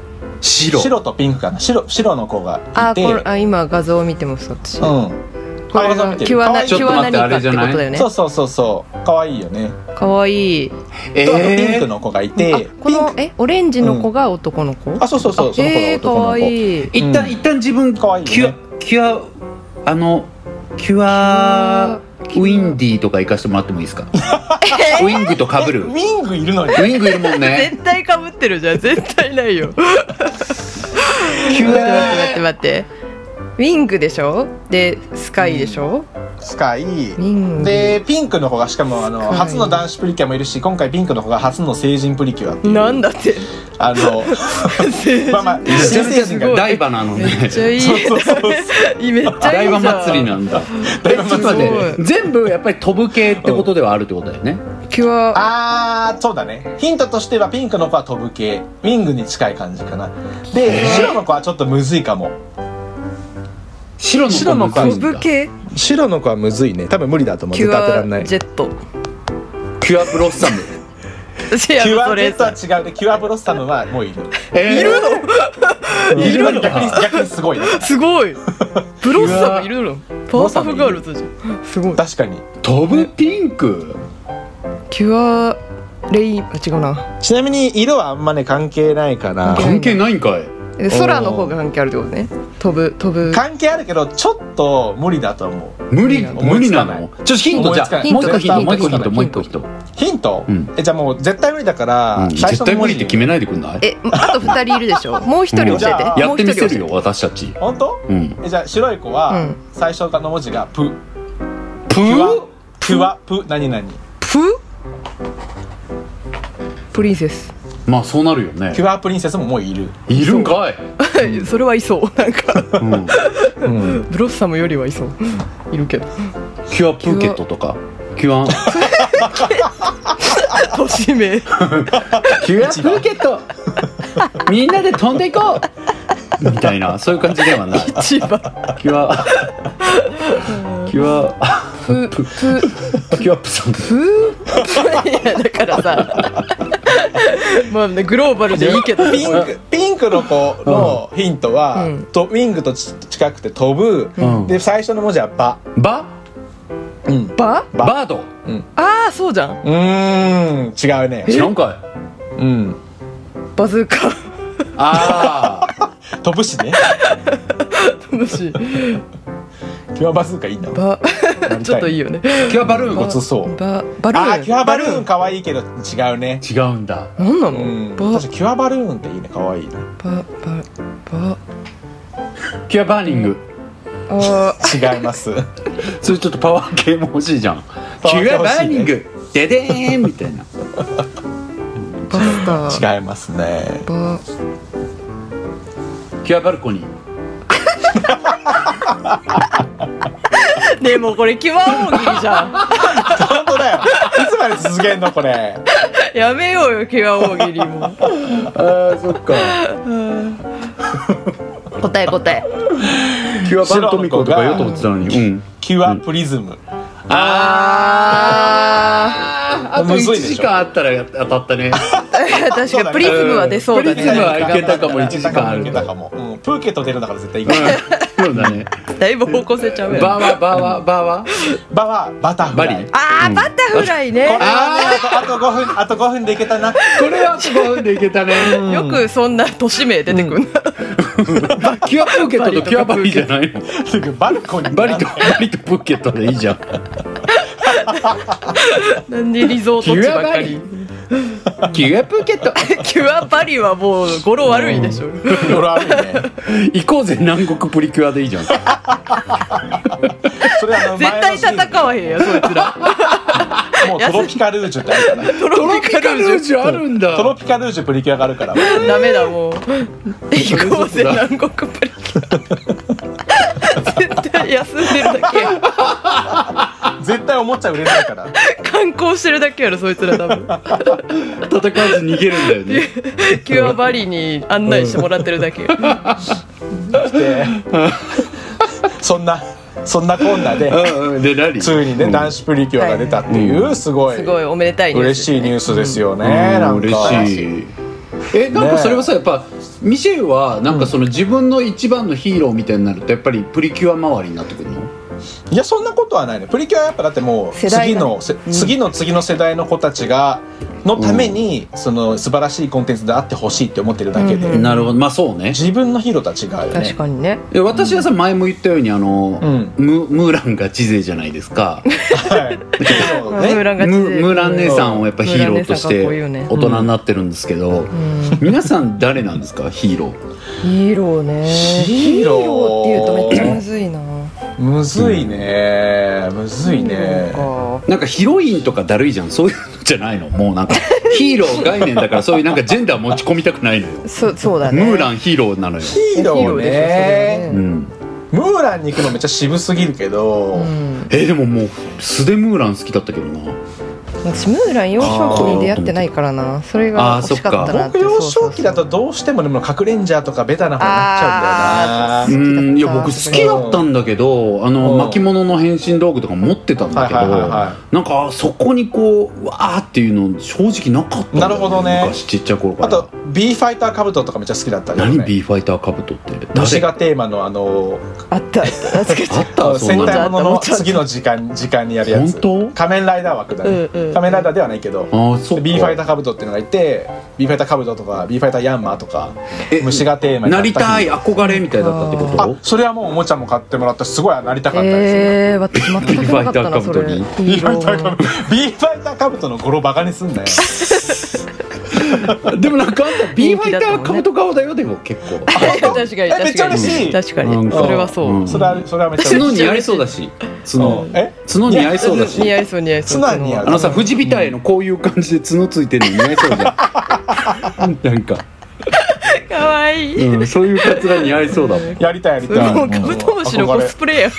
B: 白
A: とピンクかな白白の子が
C: あ
A: いて
C: これあ今画像を見てます私、
A: う
C: こ
A: んあ
C: れ
A: 画像
C: が
A: 見てる
C: キュアな
A: ち
C: キ
A: ょっと
C: ュア
B: 待
C: 何
B: って
C: かってことだよね
A: そうそうそうそう可愛いよね、
C: かわいい
B: え
A: とあとピンク
B: ー
A: の子がいて、
C: あこのえオレンジの子が男の子、
A: あそうそうそうその子が
C: えー、か
A: 男の子、
C: わいい
B: 一
A: うん
B: 旦一旦自分キ
A: かわいいよ
B: ュ
A: ね
B: アキュアあのキュアウィンディとか行かしてもらってもいいです
C: [laughs]
B: かウィングとかぶ
A: え
B: る
A: ウ
B: ウ
A: ィングいるのに
B: ィングいるもん
C: [laughs]
B: ね
C: 絶対かぶってるじゃん絶対ないよ
B: キュ
C: [laughs] 待って待っ
B: ア
C: て待ってウィングでしょでスカイでしょ、
A: スカイ
C: ウィング
A: でピンクの子がしかもあの
C: スカイ
A: 初の男子プリキュアもいるし今回ピンクの子が初の成人プリキュアっていう
C: なんだって
A: あ
C: [laughs]
A: のまあまあ
B: めちゃ
A: 新成
B: めちゃ
A: 人
B: す
A: が
B: ごいダイバなのね
C: めっちゃいい
A: そうそうそうそう
C: [laughs] めっちゃ
B: ダ
C: いい
B: イ
C: じ
B: バ
C: ゃん
B: 祭りなんだ
A: ダ
B: え
A: イバ
B: ちょっと
A: 祭
B: 待
A: り
B: って全部やっぱり飛ぶ系ってことではあるってことだよね
C: キュア
A: あーそうだねヒントとしてはピンクの子は飛ぶ系ウィングに近い感じかなで白の子はちょっとむずいかも
B: 白
A: 白の
B: の
A: 子
B: 子
A: は
B: は
C: 飛ぶ系
A: 白の子はむずいね多分無理だと思
C: キュアジェット
B: キュアブロッサム
C: キ
A: キュアレッドは違うでキュアブロッサムはもういる
B: いる
A: い
B: いる
A: る
B: んだ
A: 逆に逆にすごいね
C: すごいブロッサムいるのパワーパフガールズじゃんすごい
A: 確かに
B: 飛ぶピンク
C: キュアレインあ違うな
A: ちなみに色はあんまね関係ないかな
C: 関
B: 関係ないんかい
C: で空の方が関係あるってことね飛ぶ飛ぶ
A: 関係あるけどちょっと無理だと思う
B: 無理
A: 思
B: 無
A: い
B: 理
A: つか
B: な
A: ない
B: のちょっとヒントじゃあ
C: ヒン
B: もう
C: ト
B: 一個ヒント
C: ヒント
B: もう一個ヒント
C: ヒント
B: もう一個ヒ
A: ヒ
B: ント、
A: ント、
B: うん
A: えじゃあもう絶対無理だか
B: う
A: ら、
B: ん
A: 最初
B: 絶
A: の
B: 対
A: 文
B: 無理っ
A: 字
B: て決めないでくんない
C: えあと2人いるでしょもう1人
B: うん
C: 教えて
A: あ
B: や
C: も
B: っ
C: う
B: て
C: 1
B: み
C: 人教
B: せ
C: えて
B: るよ私たち
A: 本当
B: うん
A: えじゃあ白い子は、
C: うん
A: 最初の文字がプ
B: プ
A: プ
B: ー
A: はプはプ何々
C: ププリンセス [laughs]
B: まあそうなるよね
A: キュアプリンセスももういる、
B: いるんかい、
C: それはいそうなんか
B: うん、
A: うん、
C: ブロッサムよりはいそういるけど
B: キュアプーケットとかキュアン
C: 都市名
B: キュアプーケットみんなで飛んでいこうみたいなそういう感じではない
C: 千葉
B: キュアキュア
C: ププ
B: キュアプさん
C: プいやだからさまあねグローバルでいいけど
A: ピンクピンクの子のヒントは、
C: うん
A: とウィングとち近くて飛ぶ、
B: うん
A: で最初の文字はバ
B: バ
A: うんう
C: バ
A: バ
B: バード
C: ああそうじゃん
A: ーん違うね
B: 知らんかい
A: うん
C: バズーカ
B: ああ
A: 飛ぶしね
C: もし
A: キュアバズーカいいな
C: バ
A: なりたい
C: ちょっといいよね
B: キュアバルー
A: ご
B: ン
A: つそう
C: ババル
A: あ
C: ー
A: ー
C: ン
A: キュアバルーン可愛いけど違うね
B: 違うんだ
C: なんな
A: うん
C: の
A: 確
C: バ
A: かにキュアバルーンっていいね可愛いな
C: バババ
B: キュアバーニング
C: あ
A: 違います [laughs]
B: それちょっとパワー系も欲しいじゃん
A: パ
B: キ
A: ワー系欲しいね
B: ュアバーニングデデーンみたいな
C: ーバスター
A: 違いますね
C: バ
B: キュアバルコニー
C: でもこれキュア大喜利じゃ
A: [laughs]
C: ん
A: 本当だよいつまで続けんのこれ
C: やめようよキュア大喜利も
B: あーそっか
C: 答え答え
B: キュアバルトミコとか言おうと思ってたのにうん
A: キュアプリズム、
B: あーあと
A: むずい
B: 1
A: でしょ
B: 時間あったら当たったね [laughs]
C: 確かにプリズムは出そうだ
B: プリズム
C: ね
B: はいけたかも
A: い
B: 1時間ある
A: いけたかも、うん、プーケット出るんだから絶対いいから
B: うんそうだね
C: だいぶ方向性ちゃう
B: バー
C: やんあ
B: はバーはバーは
A: バはバタフ
B: バ
A: ライ
B: リ
A: こ
C: ーバタフライね
A: れはねあとあと5分あと5分でいけたな
B: これは5分でいけたね
C: よくそんな都市名出てくるな
B: キュアプーケットとキュアバリじゃないの
A: すぐバルコニー
B: バリとバリとプーケットでいいじゃん
C: なんでリゾー
B: キ
C: ト地
B: ュア
C: ばっ
B: バ
C: か
B: リ
C: り
B: キュアプーケッ
C: [laughs]
B: ト
C: キュアバリはもう語呂悪いでしょ
A: 俺悪いね
B: 行こうぜ南国プリキュアでいいじゃん
A: それあの
C: 絶対
A: 前のシーズン
C: 戦わへんやんそいつら
A: もうトロピカルージュってあるから
C: ト
B: ト
C: ロ
B: ロ
C: ピ
B: ピ
C: カ
B: カ
C: ル
B: ル
C: ー
B: ー
C: ジ
B: ジュあるんだ
A: トロピカルージュプリキュアがあるから
C: ュダメだもう行こうぜ南国プリキュア絶対休んでるだけや
A: 絶対おもちゃ売れないから
C: 観光してるだけやろそいつら多分
B: 戦わず逃げるんだよね
C: キュアバリに案内してもらってるだけ
A: してそんなそんなこんなで
B: うんうんで何
A: ついにね、男子プリキュアが出たっていうすごい
C: すごいおめでたいニュース
A: 嬉しいニュースですよね、なん
B: うん
A: か
B: 嬉しいえなんかそれはさやっぱミシェルはなんかその自分の一番のヒーローみたいになるとやっぱりプリキュア周りになってくるの
A: いやそんなことはないねプリキュアはやっぱだってもう
C: 世代
A: 次
C: が
A: の、せ次の次の世代の子たちがのために、その素晴らしいコンテンツであってほしいって思ってるだけで、
C: うんうん
B: なるほどまあそうね
A: 自分のヒーローたちがよね
C: 確かにね
B: え私はさ前も言ったようにあの、
A: うん
B: ムムーランが知勢じゃないですか
A: はいそう
C: ムー
A: ね
C: ランが
B: ム
C: 知事
B: ムーラン姉さんをやっぱヒーローとし
C: ムー
B: て
C: ラン姉さんかっこいいよね
B: 大人になってるんですけど、
C: うん
B: 皆さん誰なんですかヒーロー
C: ヒーローね
A: ヒーロー
C: ヒーローって言うとめっちゃむずいな
A: むずいねむずいね
C: ヒーローか
B: なんかヒロインとかだるいじゃんそういうのじゃないのも
A: [laughs]
B: うなんかヒーロー概念だからそういうなんかジェンダー持ち込みたくないのよ、
C: そそうだね
B: ムーラ
C: ン
B: ンヒーローなのよ、
A: ヒーローね
B: う
C: ね
B: ん、
A: ムーランに行くのめっちゃ渋すぎるけど、
C: うん
B: えでももう素でムーラン好きだったけどな
C: 私ムーラン幼少期に出会ってないからなそれが惜しかったなって
A: 僕幼少期だとどうしてもでもかくれんじゃとかベタな方になっちゃうんだ
B: う
A: よ
B: んいや
C: 好きだった
B: 僕好きだったんだけどあ
A: う
B: の
A: ん
B: 巻物の変身道具とか持ってたんだけど
A: はいはいはいは
B: なんかあそこにこううわーっていうの正直なかったんだ
A: な
B: よ
A: るほどね
B: 昔ちっちゃい頃
A: な
B: か
A: あ
B: ら
A: と B ファイターカブトとかめっちゃ好きだったけどね
B: 何 B ファイターカブトって
A: 虫
B: 誰
A: がテーマのあの
C: あったあった懐かしい
B: あったそん
A: 戦
B: な
A: 隊
B: の
A: ものの次の時間時間にやるやつ
B: 本当
A: 仮面ライダー枠だ
C: うん
A: ね、
C: うんうん
A: 仮面ライダーではないけど、
B: ああそうか
A: B ファイターカブトっていうのがいて B ファイターカブトとか B ファイターヤンマーとか
B: え
A: 虫がテーマに
B: な
A: った
B: り
A: 日
B: たい憧れみたいだったってこと
A: あそれはもうおもちゃも買ってもらったしすごいなりたかったですね、
C: えー、私全くなかったなそれ
B: リファイタ
A: B ファイタ
B: ーカ
A: ーカブト B ファイターカブトの語呂バカにすんなよ
B: [laughs] でもなんかあんた B
C: 人
B: ファ
C: 気
B: イ
C: だ
B: タ
C: ったもんね
B: ー株と顔だよでも結構
C: 確かに確かに
A: めっちゃ嬉しい
C: 確かに
B: なんか
C: それはそう、
B: うん
A: それはそれはめっちゃ
B: 角似合いそうだ
C: [laughs]
B: し角
A: うんえ
B: 角似合いそうだし
C: 似合いそう似合いそう
A: 素直に似合う
B: あのさ富士みたいのこういう感じで角ついてるの似合いそう [laughs] じゃんなんか、
C: かわいい、
B: うん、そういうカツラ似合いそうだもん
A: やりたいやり
C: それ
A: たい
C: もうカブトムシのコスプレや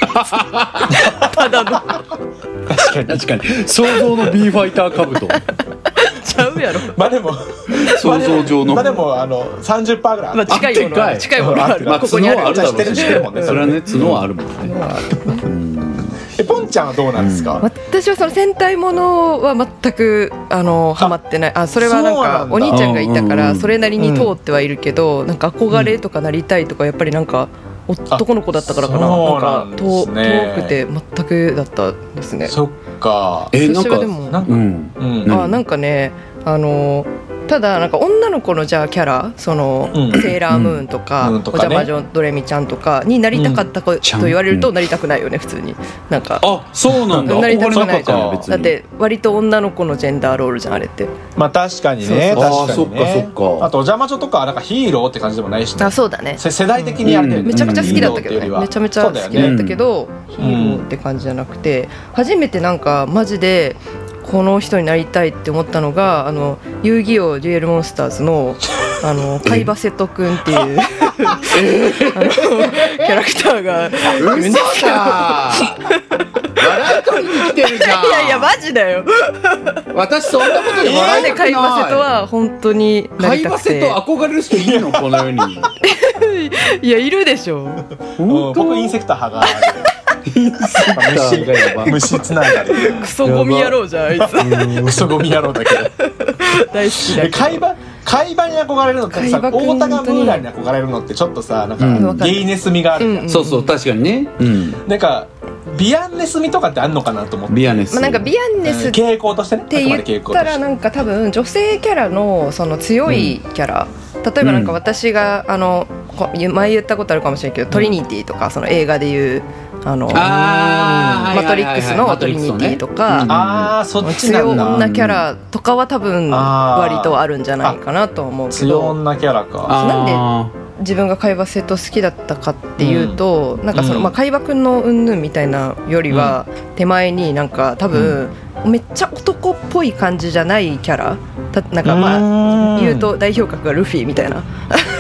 C: ただの
A: 確かに
B: 確かに想像の B ファイター株と
C: ちゃうやろ
A: まあでも
B: [laughs] 想像上の
A: まあでもあの30%ぐらいあった
C: まあ、近いものは
B: あでかい
C: 近いものはある
B: まあ
C: ここに
B: 角
C: あ
B: はあ
C: る
B: るだろう
A: 知ってる
B: し
A: 知ってるもんね
B: それはね角はあるもんね
A: えポンちゃんはどうなんですか、
C: 私はその戦隊ものは全くあのハマってないあそれはなん
A: そう
C: か
A: なんだ
C: お兄ちゃんがいたか
B: うんうんう
C: ら
B: ん
C: それなりに通ってはいるけど、なんか憧れとかなりたいとかやっぱりなんか男の子だったからかな
A: そう
C: な
A: なんんで
C: か
A: す
C: 遠
A: ね
C: 遠くて全くだったんですね。
A: そっか
B: えなん
C: 私は
B: か
C: でも
A: なんか
B: うん
A: うん
B: 何
C: あなんかねあのただなんか女の子のじゃあキャラその、
A: うん
C: セーラームーンとか,、
A: うんとか
C: お
A: ね
C: 邪魔女ドレミちゃんとかになりたかったかと言われるとなりたくないよね普通になんか
B: あそうなんだ
C: なりたくないじゃ
B: 憧れ
C: ん
B: なかった
C: だ
B: よ
C: っ
B: 別に
C: て割と女の子のジェンダーロールじゃんあれって
A: まあ確かにね
B: そう
A: 確かに
B: そうあー
A: ね
B: そっかそっか
A: あとお邪魔女とかはなんかヒーローって感じでもないしね
C: あそうだね
A: せ世代的にあれだよね、
B: うん
C: めちゃくちゃ好きだったけ
A: ヒーローてい
C: ど
A: う
C: ね
A: よりは
C: めちゃめちゃ好きだったけど、ヒ
A: よね
C: ーローって感じじゃなくて初めてなんかマジでこの人になりたいって思ったのがあの遊戯王デュエルモンスターズのあのカイバセト君っていうあのキャラクターが
B: 嘘だ笑い取りに来てるじゃん
C: いやいやマジだよ
B: 私そんなことで
C: な
B: 笑いたく
C: んで
B: な
C: カ
B: い
C: イバセトは本当にな
B: カイ
C: りた
B: バ
C: く
B: セ
C: て
B: と憧れる人いるのこの世に
C: いやいるでしょ
A: うん
B: 本当
A: 僕インセクター派が
B: クターがやば
A: 虫虫つながり
C: クソゴミ野郎じゃんあいつ
A: クソゴミ野郎だけど
C: 大好きだ
A: え海
C: けど
A: 馬海馬に憧れるのってさ
C: 海馬くん
A: 大田がムーランに憧れるのってちょっとさな
B: うん
A: かゲイネス味があるじゃん、
C: う
B: [laughs]
C: ん
B: そうそう確かにねうん
A: なんかビアンネス味とかってあんのかなと思って
B: ビアネス
C: まあ、なんかビアンネス
A: うん
C: って
A: 傾向としてね
C: 言
A: あくまで傾
C: っ
A: 向と
C: た
A: して
C: らなんか多分女性キャラのその強いキャラ、例えばなんか私があのこ前言ったことあるかもしれないけど、トリニティとかその映画でいうあの
B: あー
C: マトリックスの
B: マ
C: ト
B: トリ
C: リ
B: ックス
C: ニ
B: の
C: テ
B: ね
C: ィとか、
B: うん
A: ああそっち
C: 強
A: ないんだ
C: 女キャラとかは多分
A: あー
C: 割とあるんじゃないかなとは思うけ
A: 強
C: ど
A: 女キャラか
B: あー
C: 自分が海馬生と好きだったかっていうと、なんかその、
A: うん
C: まあ、海馬くんのうんぬんみたいなよりは、手前になんか多分、めっちゃ男っぽい感じじゃないキャラたなんかまあ
A: ま
C: 言うと代表格がルフィみたいな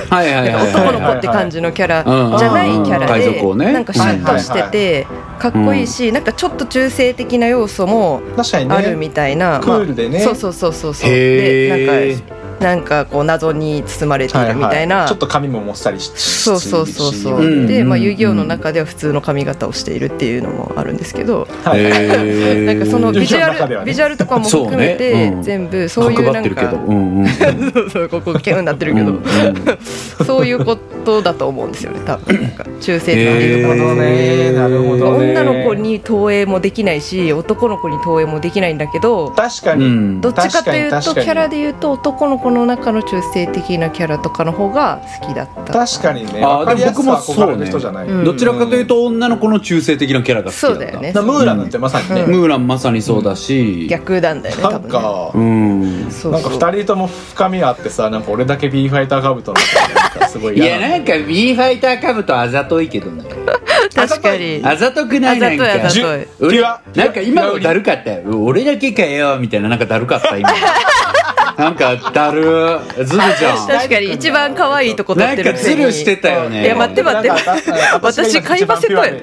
B: はいはいはい
C: 男の
B: は
C: 子って感じのキャラ
B: うん
C: じゃないキャラ
B: うん海賊王ね
C: でなんかシュッとしててかっこいいしなんかちょっと中性的な要素も
A: 確かにね
C: あるみたいな
A: クールでね
C: まあそうそうそうそうそう
B: へ
C: で
B: ー
C: なんかなんかこう謎に包まれてい
A: は
C: るみたいな
A: はちょっと髪ももっさりして
C: そうそうそうそううんでまあ遊戯王の中では普通の髪型をしているっていうのもあるんですけど
B: いへー
C: なんかそのビジ
A: 遊戯王の中で
C: ュア
A: はね
C: ルビジュアルとかも含め
B: そう
C: て
B: ねうん
C: 全部そういう
B: 角張
C: な
B: ってる
C: ん
B: けど [laughs]
C: か
B: うんうん
C: そうそうここキュンになってる
B: う
C: け
B: んう
C: ど
B: ん
C: そういうことだと思うんですよね多分なんか中性的
B: へ
C: いう
B: ー
A: な
C: か
A: るほどねなるほどね
C: 女の子に投影もできないし男の子に投影もできないんだけど
A: 確か
B: う
A: に、
B: ん
C: どっちかというと
A: 確かに確
C: キ
A: かに
C: ャラでいうと男の子の中の中性的なキャラとかの方が好きだった
A: 確かにね
B: あー
A: 分かりやすく
B: でも僕もそう
A: 憧
B: ね
A: れる人じゃない、
C: うん
B: どちらかというと女の子の中性的なキャラが好きだ
C: そ
B: った
C: うだよね
A: なムーランなんてまさにね、
C: うん
B: ムーランまさにそうだし
C: 逆なんだよね
A: な
C: 多
A: ん
C: 分ね
A: か、
B: うん
C: そう
A: なんか
C: そう
A: 二人とも深みあってさなんか俺だけ B ファイターカブトなんかすごい
B: いや
A: 嫌な
B: なんか B ファイター株とあざといけどね
C: 確かに
B: あざとくないなん
C: あざといあ
B: か
C: ざとい
A: じゅ
B: 俺
A: ピュア
B: なんか今の
A: ピュ
B: だ
A: ア
B: るかったよ俺だけかよみたいななんかだるかった
C: [laughs]
B: 今なんかだるーずるじゃん
C: 確かに一番可愛いとこ撮ってるくせに
B: なんかズルしてたよね
C: いや待って待って
A: なんかあった
C: 私買い忘れたよ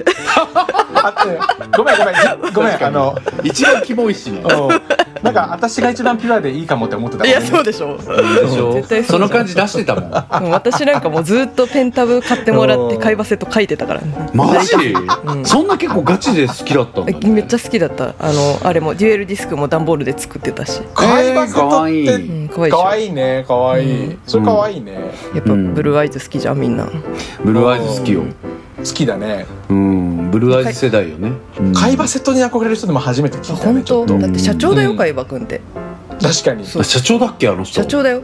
A: 私が今一番ピュアであごめんごめんごめんあの
B: 一番キモいしね
A: うんなんか私が一番ピュアでいいかもって思ってた
C: いやそう
A: で
C: でしょ
B: でしょ
C: 絶対
B: そう
C: じゃ
B: の
C: ん
B: 感じ出してたもん
C: うん私なんかもうずっとペンタブ買ってもらって買いバセット書いてたから
B: マジ、そんな結構ガチで好きだったんだ、ね、
C: めっちゃ好きだったあのあれもデュエルディスクも段ボールで作ってたし、
A: 海馬
B: かわい
A: っ
B: い
A: て
C: うん、可愛いでしょ
A: 可愛いね可愛いそれ可愛いね
C: やっぱブルーアイズ好きじゃんみんな、
B: ブルーアイズ好きよ、
A: 好きだね
B: うんブルーアイズ世代よねうん
A: 海馬セットに憧れる人でも初めて聞いたね
C: 本
A: ちょ
C: 当
A: っと
C: だって社長だ
A: う
C: よ
A: ん
C: 海馬くんって
A: 確かに
C: そう
B: 社長だっけあの人
C: 社長だよ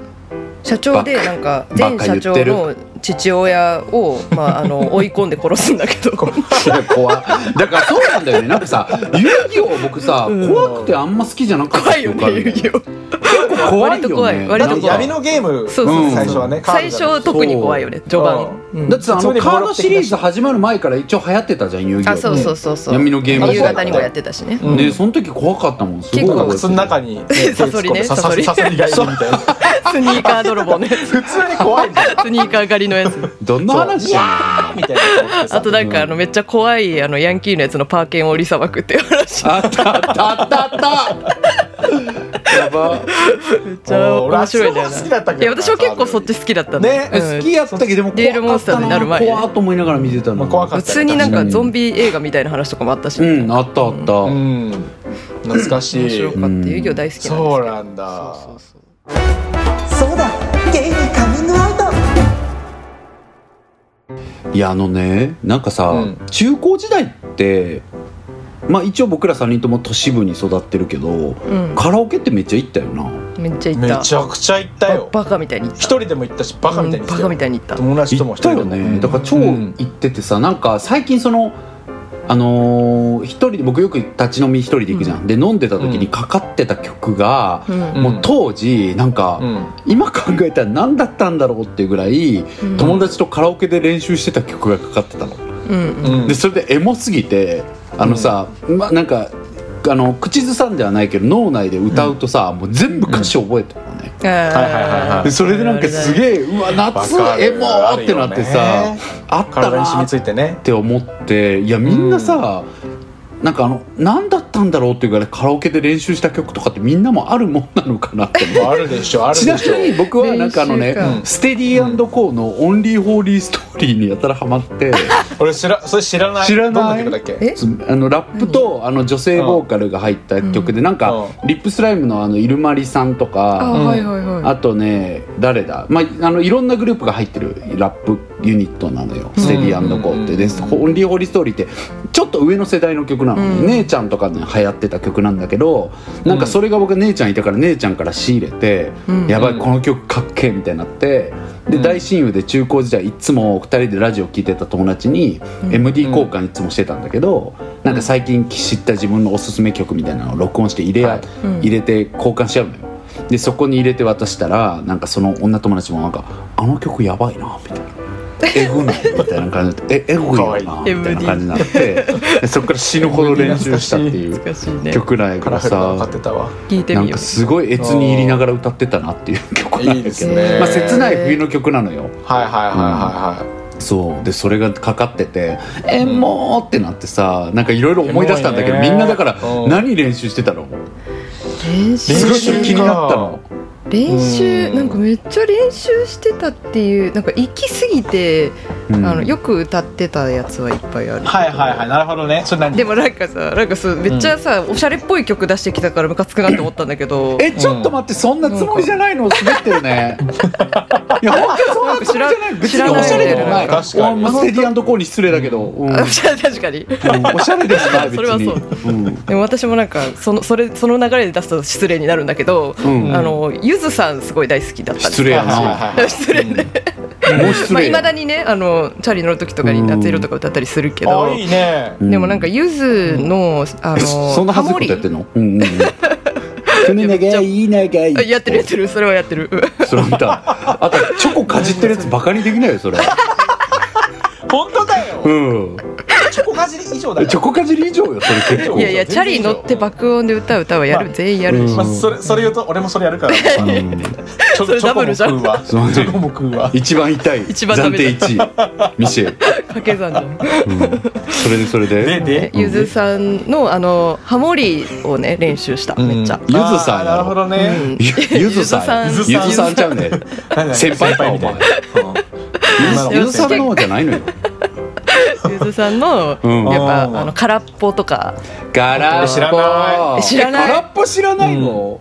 C: 社長でなんか
B: バカ
C: 前社長の父親を、まあ、あの追い込んで殺すんだけど
B: いや [laughs] 怖いだからそうなんだよねなんかさ遊戯王僕さ
C: うん
B: 怖くてあんま好きじゃなかった
C: 怖いよね遊戯王
B: 王怖いよね
C: 割と怖い割
A: だ
C: と
A: って
C: 怖い
A: 闇のゲーム
C: そうそうそう
A: 最初はねカードだ
C: 最初は特に怖いよね序盤、うん
B: だってさあ
A: 普通
B: の
A: に暴
B: カ
A: 力
B: ー
A: 的な
B: ドシリーズ始まる前から一応流行ってたじゃん遊戯王
C: あそうそうそうそう
B: 闇のゲーム
C: 夕方にもやってたしね
A: うん
B: ねその時怖かったもんすごい
C: 結構
B: 覚えてる
A: 靴の中
C: [laughs]
A: に、
C: サソリね
A: 手突っ込んで
C: サ
A: サソ
C: ソ
A: リがいるみたいな
C: スニーカー泥棒 [laughs] ね
A: [laughs] 普通に怖いんだよ
C: スニーカー狩りのやつ
B: どんな話
A: みたいな
C: あとなん
B: う
C: か
B: ん
C: あのめっちゃ怖いあのヤンキーのやつのパーケンを売りさばくっていう話めっ
B: あったあったあったあったやば
C: ちゃ [laughs] 面白いんだ
A: 俺
C: よ
A: あっちの方が好きだったけど
C: な
A: ない
C: や私も結構そっち好きだったんだよ
A: ね
B: 好きやったけどでも
C: デュエルモンスターになる前ね
B: 怖っと思いながら見てた
A: まあ
B: の
A: 怖か
C: うん
A: っ
C: 普
A: た
C: 通になん
B: う
C: か
B: ん
C: ゾンビ映画みたいな話とかもあったし、
B: うんあったあった
A: うん懐かし
C: 面白
A: い
C: かった遊戯王大好きなんですけど
A: そうなんだ
C: そうそうそう
A: そうだゲイにカミングアウト
B: いやあのねなんかさ、
A: うん
B: 中高時代ってまあ一応僕ら3人とも都市部に育ってるけど、
C: うん
B: カラオケってめっちゃ行ったよな
C: めっちゃ行っ
A: め
C: た
A: ちゃくちゃ行ったよ
C: ババカみたいに行った
A: 一人でも行ったしバカみたいに行
C: バ
A: った
C: カ
A: よ
C: みたいに行った
A: 友達と
B: 行
A: も
B: っ
A: 一
B: た
A: 人で
B: よ
A: も
B: ねだから超
A: うん
B: 行っててさ、なんか最近そのあのー一人で僕よく立ち飲み一人で行くじゃん、で飲んでた時にかかってた曲が、
C: うん
B: もう当時なんか、
A: うん
B: 今考えたら何だったんだろうっていうぐらい、
C: うん
B: 友達とカラオケで練習してた曲がかかってたの。
C: うんうん
A: うん
B: でそれでエモすぎてあのさ、まなんかあの口ずさんではないけど脳内で歌うとさ、もう全部歌詞覚えてるのね、
C: は
A: は
C: い
A: いはい
B: でそれでなんかすげえうわ夏
A: わかる
B: エモーってなって
A: ある
B: さ
A: よね
B: あった
A: [laughs] 体
B: な
A: に染みつ
B: ーっ
A: いてね
B: て思っていやみんなさ、なんかあの何だったんだろうっていうぐらいカラオケで練習した曲とかってみんなもあるもんなのかなって思 [laughs] う
A: あるでしょある
B: ちな
A: でしょ
B: みに僕はなんかあのね
C: 練習
A: か
B: ステディーコーの「オンリー・ホーリー・ストーリー」にやたらハマ [laughs] って。
A: 俺知らそれ知らない
B: 知らない
A: どんな曲だっけ
C: え
B: あのラップとあの女性ボーカルが入った曲で、なんか、リップスライムのあのイルマリさんと
C: あ
B: か、
A: うん
C: はいはいはい
B: あとね誰だ、まあ、あのいろんなグループが入ってるラップユニットなのよ、ステディコーってで
A: うん
B: オンリーホーリーストーリーってちょっと上の世代の曲なの、
C: うん
B: 姉ちゃんとかに流行ってた曲なんだけどなんかそれが僕姉ちゃんいたから姉ちゃんから仕入れて、
C: うん
B: やばいこの曲かっけえみたいになってで、
A: うん
B: 大親友で中高時代いつも2人でラジオ聴いてた友達に
C: うん
B: MD 交換いつもしてたんだけど、なんか最近知った自分のおすすめ曲みたいなのを録音して入れ,、
A: はい
C: うん
B: 入れて交換し合うのよ。でそこに入れて渡したらなんかその女友達もなんか「あの曲やばいな」みたいな「えぐない」みたいな感じで「ええぐいよな」みたいな感じになってでそこから死ぬほど練習したっていう
C: 難しいね
B: 曲なんや
A: カ
B: か
A: ラ
B: ら
A: フルな
B: さ
A: の買ってたわ
C: 聞いて
B: な
C: み
B: ん
C: よ
B: か
C: う
B: すごい越に入りながら歌ってたなっていう曲なん
A: いいで
B: だけ
A: す
B: ど、
A: ね
B: まあ、切ない冬の曲なのよ
A: はいはいはいはいはい
B: そうでそれがかかってて「えもう!」ってなってさなんかいろいろ思い出したんだけどみんなだから
A: うん
B: 何練習してたの
C: 練
A: 練
B: す
A: 習
B: ごい
A: 習
B: 気になったの
C: 練習
A: うん
C: なんかめっちゃ練習してたっていうなんか行き過ぎて、
B: うん
C: あのよく歌ってたやつはいっぱいある
A: はいはいはいなるほどねそれ何
C: でもなんかさなんかそうめっちゃさ、おしゃれっぽい曲出してきたからムカつくなって思ったんだけど
B: えちょっと待ってそんなつもりじゃないのを滑ってるねいや本当にそんなつもりじゃない別
C: 知ら
B: におしゃれでも
A: 知らな
B: ないい
A: 確かに
B: おまあステディアンドコーに失礼だけど、うん
C: あおしゃれ [laughs] 確かに
B: うんおしゃれでもない別に
C: それはそう
B: うん
C: でも私もなんかそのそれその流れで出すと失礼になるんだけど、
B: うん
C: あのゆずさんすごい大好きだったんです
B: 失礼や
A: はい
B: な
A: はいはい
C: 失礼ね
B: もう失
C: まあ、
B: 礼、
C: 未だにねあのチャリ乗る時とかに「夏色」とか歌ったりするけ
A: あ
C: ど、
A: いいね
B: うん
C: でもなんかゆずの、あの
B: えそそんな恥ずいことやってんのうんうんうん船長いい長
C: ハモリ
B: い
C: やってるやってるそれはやってるうん
B: それ見たあとチョコかじってるやつバカにできないよそれ
A: 本当だよ
B: うん
A: チョコかじり以上だよ
B: チョコかじり以上よそれ結構
C: いやいや
A: 全
C: チャ
A: 然いい
C: リ
A: よ
C: 乗って爆音で歌う歌はやる、
A: まあ
C: 全員やるでしょ、
A: まあ、それそれ言うと俺もそれやるからチ
B: うん
A: ョ
C: それ
A: チョ
C: ダ
A: コも
C: ブルじゃ
A: 食
C: ん
A: うわチ
B: そうね
A: ョコも食うわ
B: 一番痛い
C: 一番ダ
B: 暫
C: メだ
B: 定1位ミシェル
C: 掛け算じゃん
B: うんそれでそれ
A: で
B: で
A: で
C: ゆずさんのあのハモリをね練習した、めっちゃ
B: ゆずさん
A: あーなるほどね、
C: うん
B: ゆゆずさん
C: [laughs] ゆ
B: ゆ
A: ずさん
B: ずさんちゃうね
A: 何々
B: 先輩かお前
A: うん
B: ゆずさんの方じゃないのよ
C: ゆずさんの、
B: うん
C: やっぱ
A: あー
C: あの空っぽとか
B: ガ
A: 知らない
C: 知らない
B: 空っぽ知らないの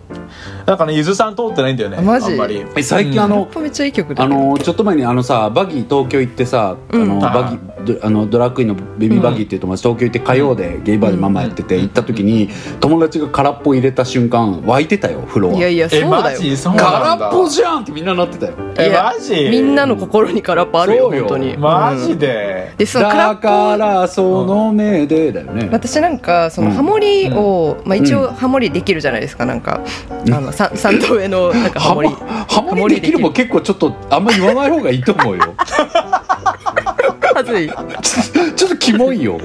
A: なんかねゆずさん通ってないんだよね
C: マジ
A: あんまり
B: え最近あ
C: 空
B: の
C: っぽめっちゃいい曲だ
B: あ
C: けど
B: のちょっと前にあのさバギー東京行ってさ、
C: うん
B: あのバギードあのドラッグインのベビーバギーっていう友達、東京行って火曜でゲイバーでママやってて行った時に友達が空っぽ入れた瞬間湧いてたよ風呂はい
C: やいやそう
A: え
C: だ
A: マ
C: よ
A: ジそうなん
B: 空
A: だ
B: っぽじゃんってみんななってたよ
A: え
C: いや
A: マジ
C: みんなの心に空っぽあるよ
B: そうよ
C: 本当に
A: マ
C: う
A: ジ
C: ん
A: で、
C: でその空
B: だ
C: っぽ
B: からその目でだよね
C: 私なんかその
B: うん
C: ハモリを、まあ、一応
B: う
C: ハモリできるじゃないですかなんか、
B: うん
C: あのさ三頭上のなんかハ
B: ハモ
C: モリ
B: リハモリできるも結構ちょっとあんま言わない方がいいと思う
C: [laughs]
B: よ
C: はずい
B: ちょっとキモいよ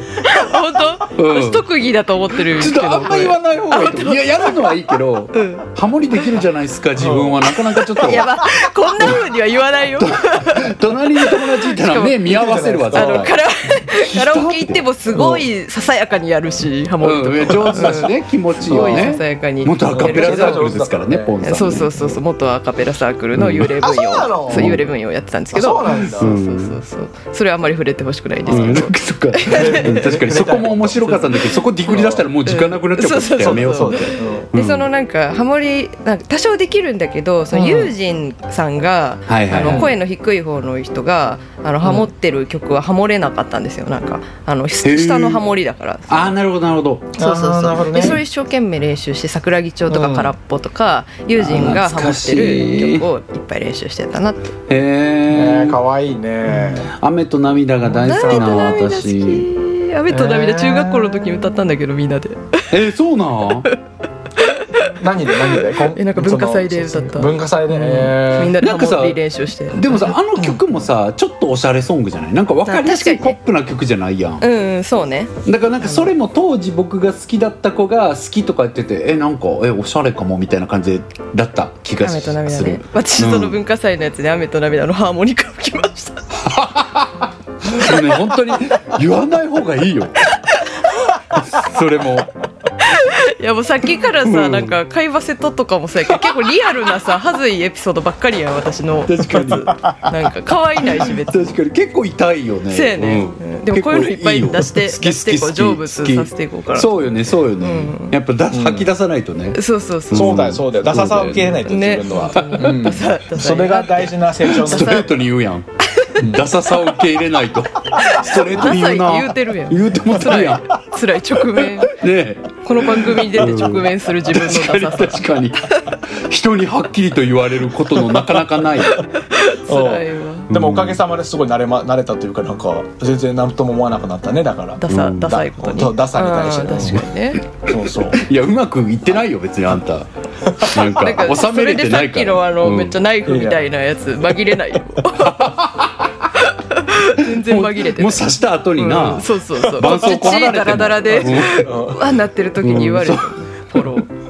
C: 本当、
B: うん
C: 私特技だと思ってる
B: ちょ
C: け
B: っ
C: ど
B: とあんま言わない方がいいと思ういややるのはいいけど
C: これうん
B: ハモリできるじゃないですか自分はなかなかちょっと
C: やばこんな風には言わないよ
B: 隣に友達いた
C: しからも
B: 目見合わせるわ
C: あの
B: 絶対
C: カラカラオケ行ってもすごいささやかにやるしハモリと
B: うんいや
C: か、
B: 上手だし
C: [laughs]
B: ね気持ち
C: す
B: いいよ
C: ごいささ
B: ね
C: やかに
B: 元アカペラサークルですから
A: め
B: ね
A: ちゃくちゃ上手だったね
B: ポンさんね
C: そうそうそうそう元アカペラサークルの幽
A: う
C: 霊分
A: んあそうな
C: 野
A: の
C: をそう幽霊分野をやってたんですけ
A: あ
C: ど
A: そうなんだ
C: そうそうそうそうそれはあんまり触れてほしくないんです
B: う
C: け
B: ん
C: ど、
B: そっ
C: [laughs]
B: かうん確かにそこも面白かったんだけどそこディグリ出したらもう時間なくなっちゃうからやめようと
A: そう
B: 思っ
A: だ
B: て
A: よ、うん
B: う
C: で
B: ん
C: そのなんかハモリなんか多少できるんだけどその
A: うん
C: 友人さんが、
B: はいはいはい
C: あの声の低い方の人があのハモってる曲はハモれなかったんですよなんかあの
B: へー
C: し下のハモリだから
B: ああなるほどなるほど
C: そうそう
A: あーなる
C: そ
A: ほ
C: う、
A: ど
C: で
A: ね
C: それを一生懸命練習して桜木町と
A: う
C: か
A: ん
C: 空っぽとか、友人がハモってる曲をいっぱい練習してたなって
B: へ
A: ね
B: え
A: え可愛いね、
B: 雨と涙が大好きな私
C: き雨と涙中学校の時に歌ったんだけどみんなで
B: えーそうなん
A: 何で何でこん
C: えなんか文化祭で歌った
A: その文化祭で、えー
C: みんなでハ
B: なん [laughs]
C: モ
B: か
C: リ
B: さ
C: 練習して
B: でもさあの曲もさちょっとおしゃれソングじゃないなんか分かりやすい
C: 確
B: ポ
C: かにね
B: ップな曲じゃないやん
C: うんうんそうね
B: だからなんかそれも当時僕が好きだった子が好きとか言っててえなんかえおしゃれかもみたいな感じだった気が
C: 雨
B: す
C: と
B: る
C: 涙ね私その文化祭のやつで雨と涙のハーモニカをきました
B: でもね本当に言わない方がいいよ [laughs] それも
C: いやもうさっきから
B: う
C: さ
B: ん
C: なんか会話セットとかもそうやけど結構リアルなさ恥ずいエピソードばっかりやん私の
B: 確かに
C: なんか可愛いないし別に
B: 確かに結構痛いよね
C: そうやね
B: ん
C: でもこういうのいっぱい
B: 結構よ
C: 出して
B: 好き
C: 出して
B: 好き
C: こう
B: 好き
C: 成仏させていこうか
B: 好
C: ら
B: きそうよねそうよね
C: うん
B: やっぱ出す吐き出さないとね
C: そうそうそう
A: そうだよそうだよダサさを受け入れないと、
C: ね
A: 自分のは、
C: ダサダサい
A: それが大事な成長の
B: ストレートに言うやんダサさを受け入れないとストレート
C: ダ
B: に
C: サ
B: 言う
C: い
B: な
C: って言うてるやん
B: 言うてもた
C: 辛い
B: やんね
C: 辛い直面
B: え
C: この番組に出て直面する自分
B: 確か
C: の
B: に
C: ダサさ
B: 確かに人にはっきりと言われることのなかなかない
C: 辛いわ
A: でもおかげさまですごい慣れ,、ま、慣れたというかなんか全然何とも思わなくなったねだから
C: ダサダサいことに
A: そうダサに対しての
C: うん確かにね
A: そうそう
B: いやうまくいってないよ別にあんたなん
C: な
B: か
C: んか
B: 収
C: そ
B: め
C: れ
B: れて
C: でさ
B: ない
C: っ
B: か
C: きのあ
B: ら
C: の
B: うん
C: めっちゃナイフみたいなやつ紛
B: [laughs]
C: れないよ全然紛れてない
B: もう刺した後に
C: う
B: なん
C: そうそうそう
B: 絆
C: こっち
B: 創膏
C: 血
B: 離れてんの
C: ダラダラで
B: うん
C: うわなってる時に言われる
B: うん
C: フォロー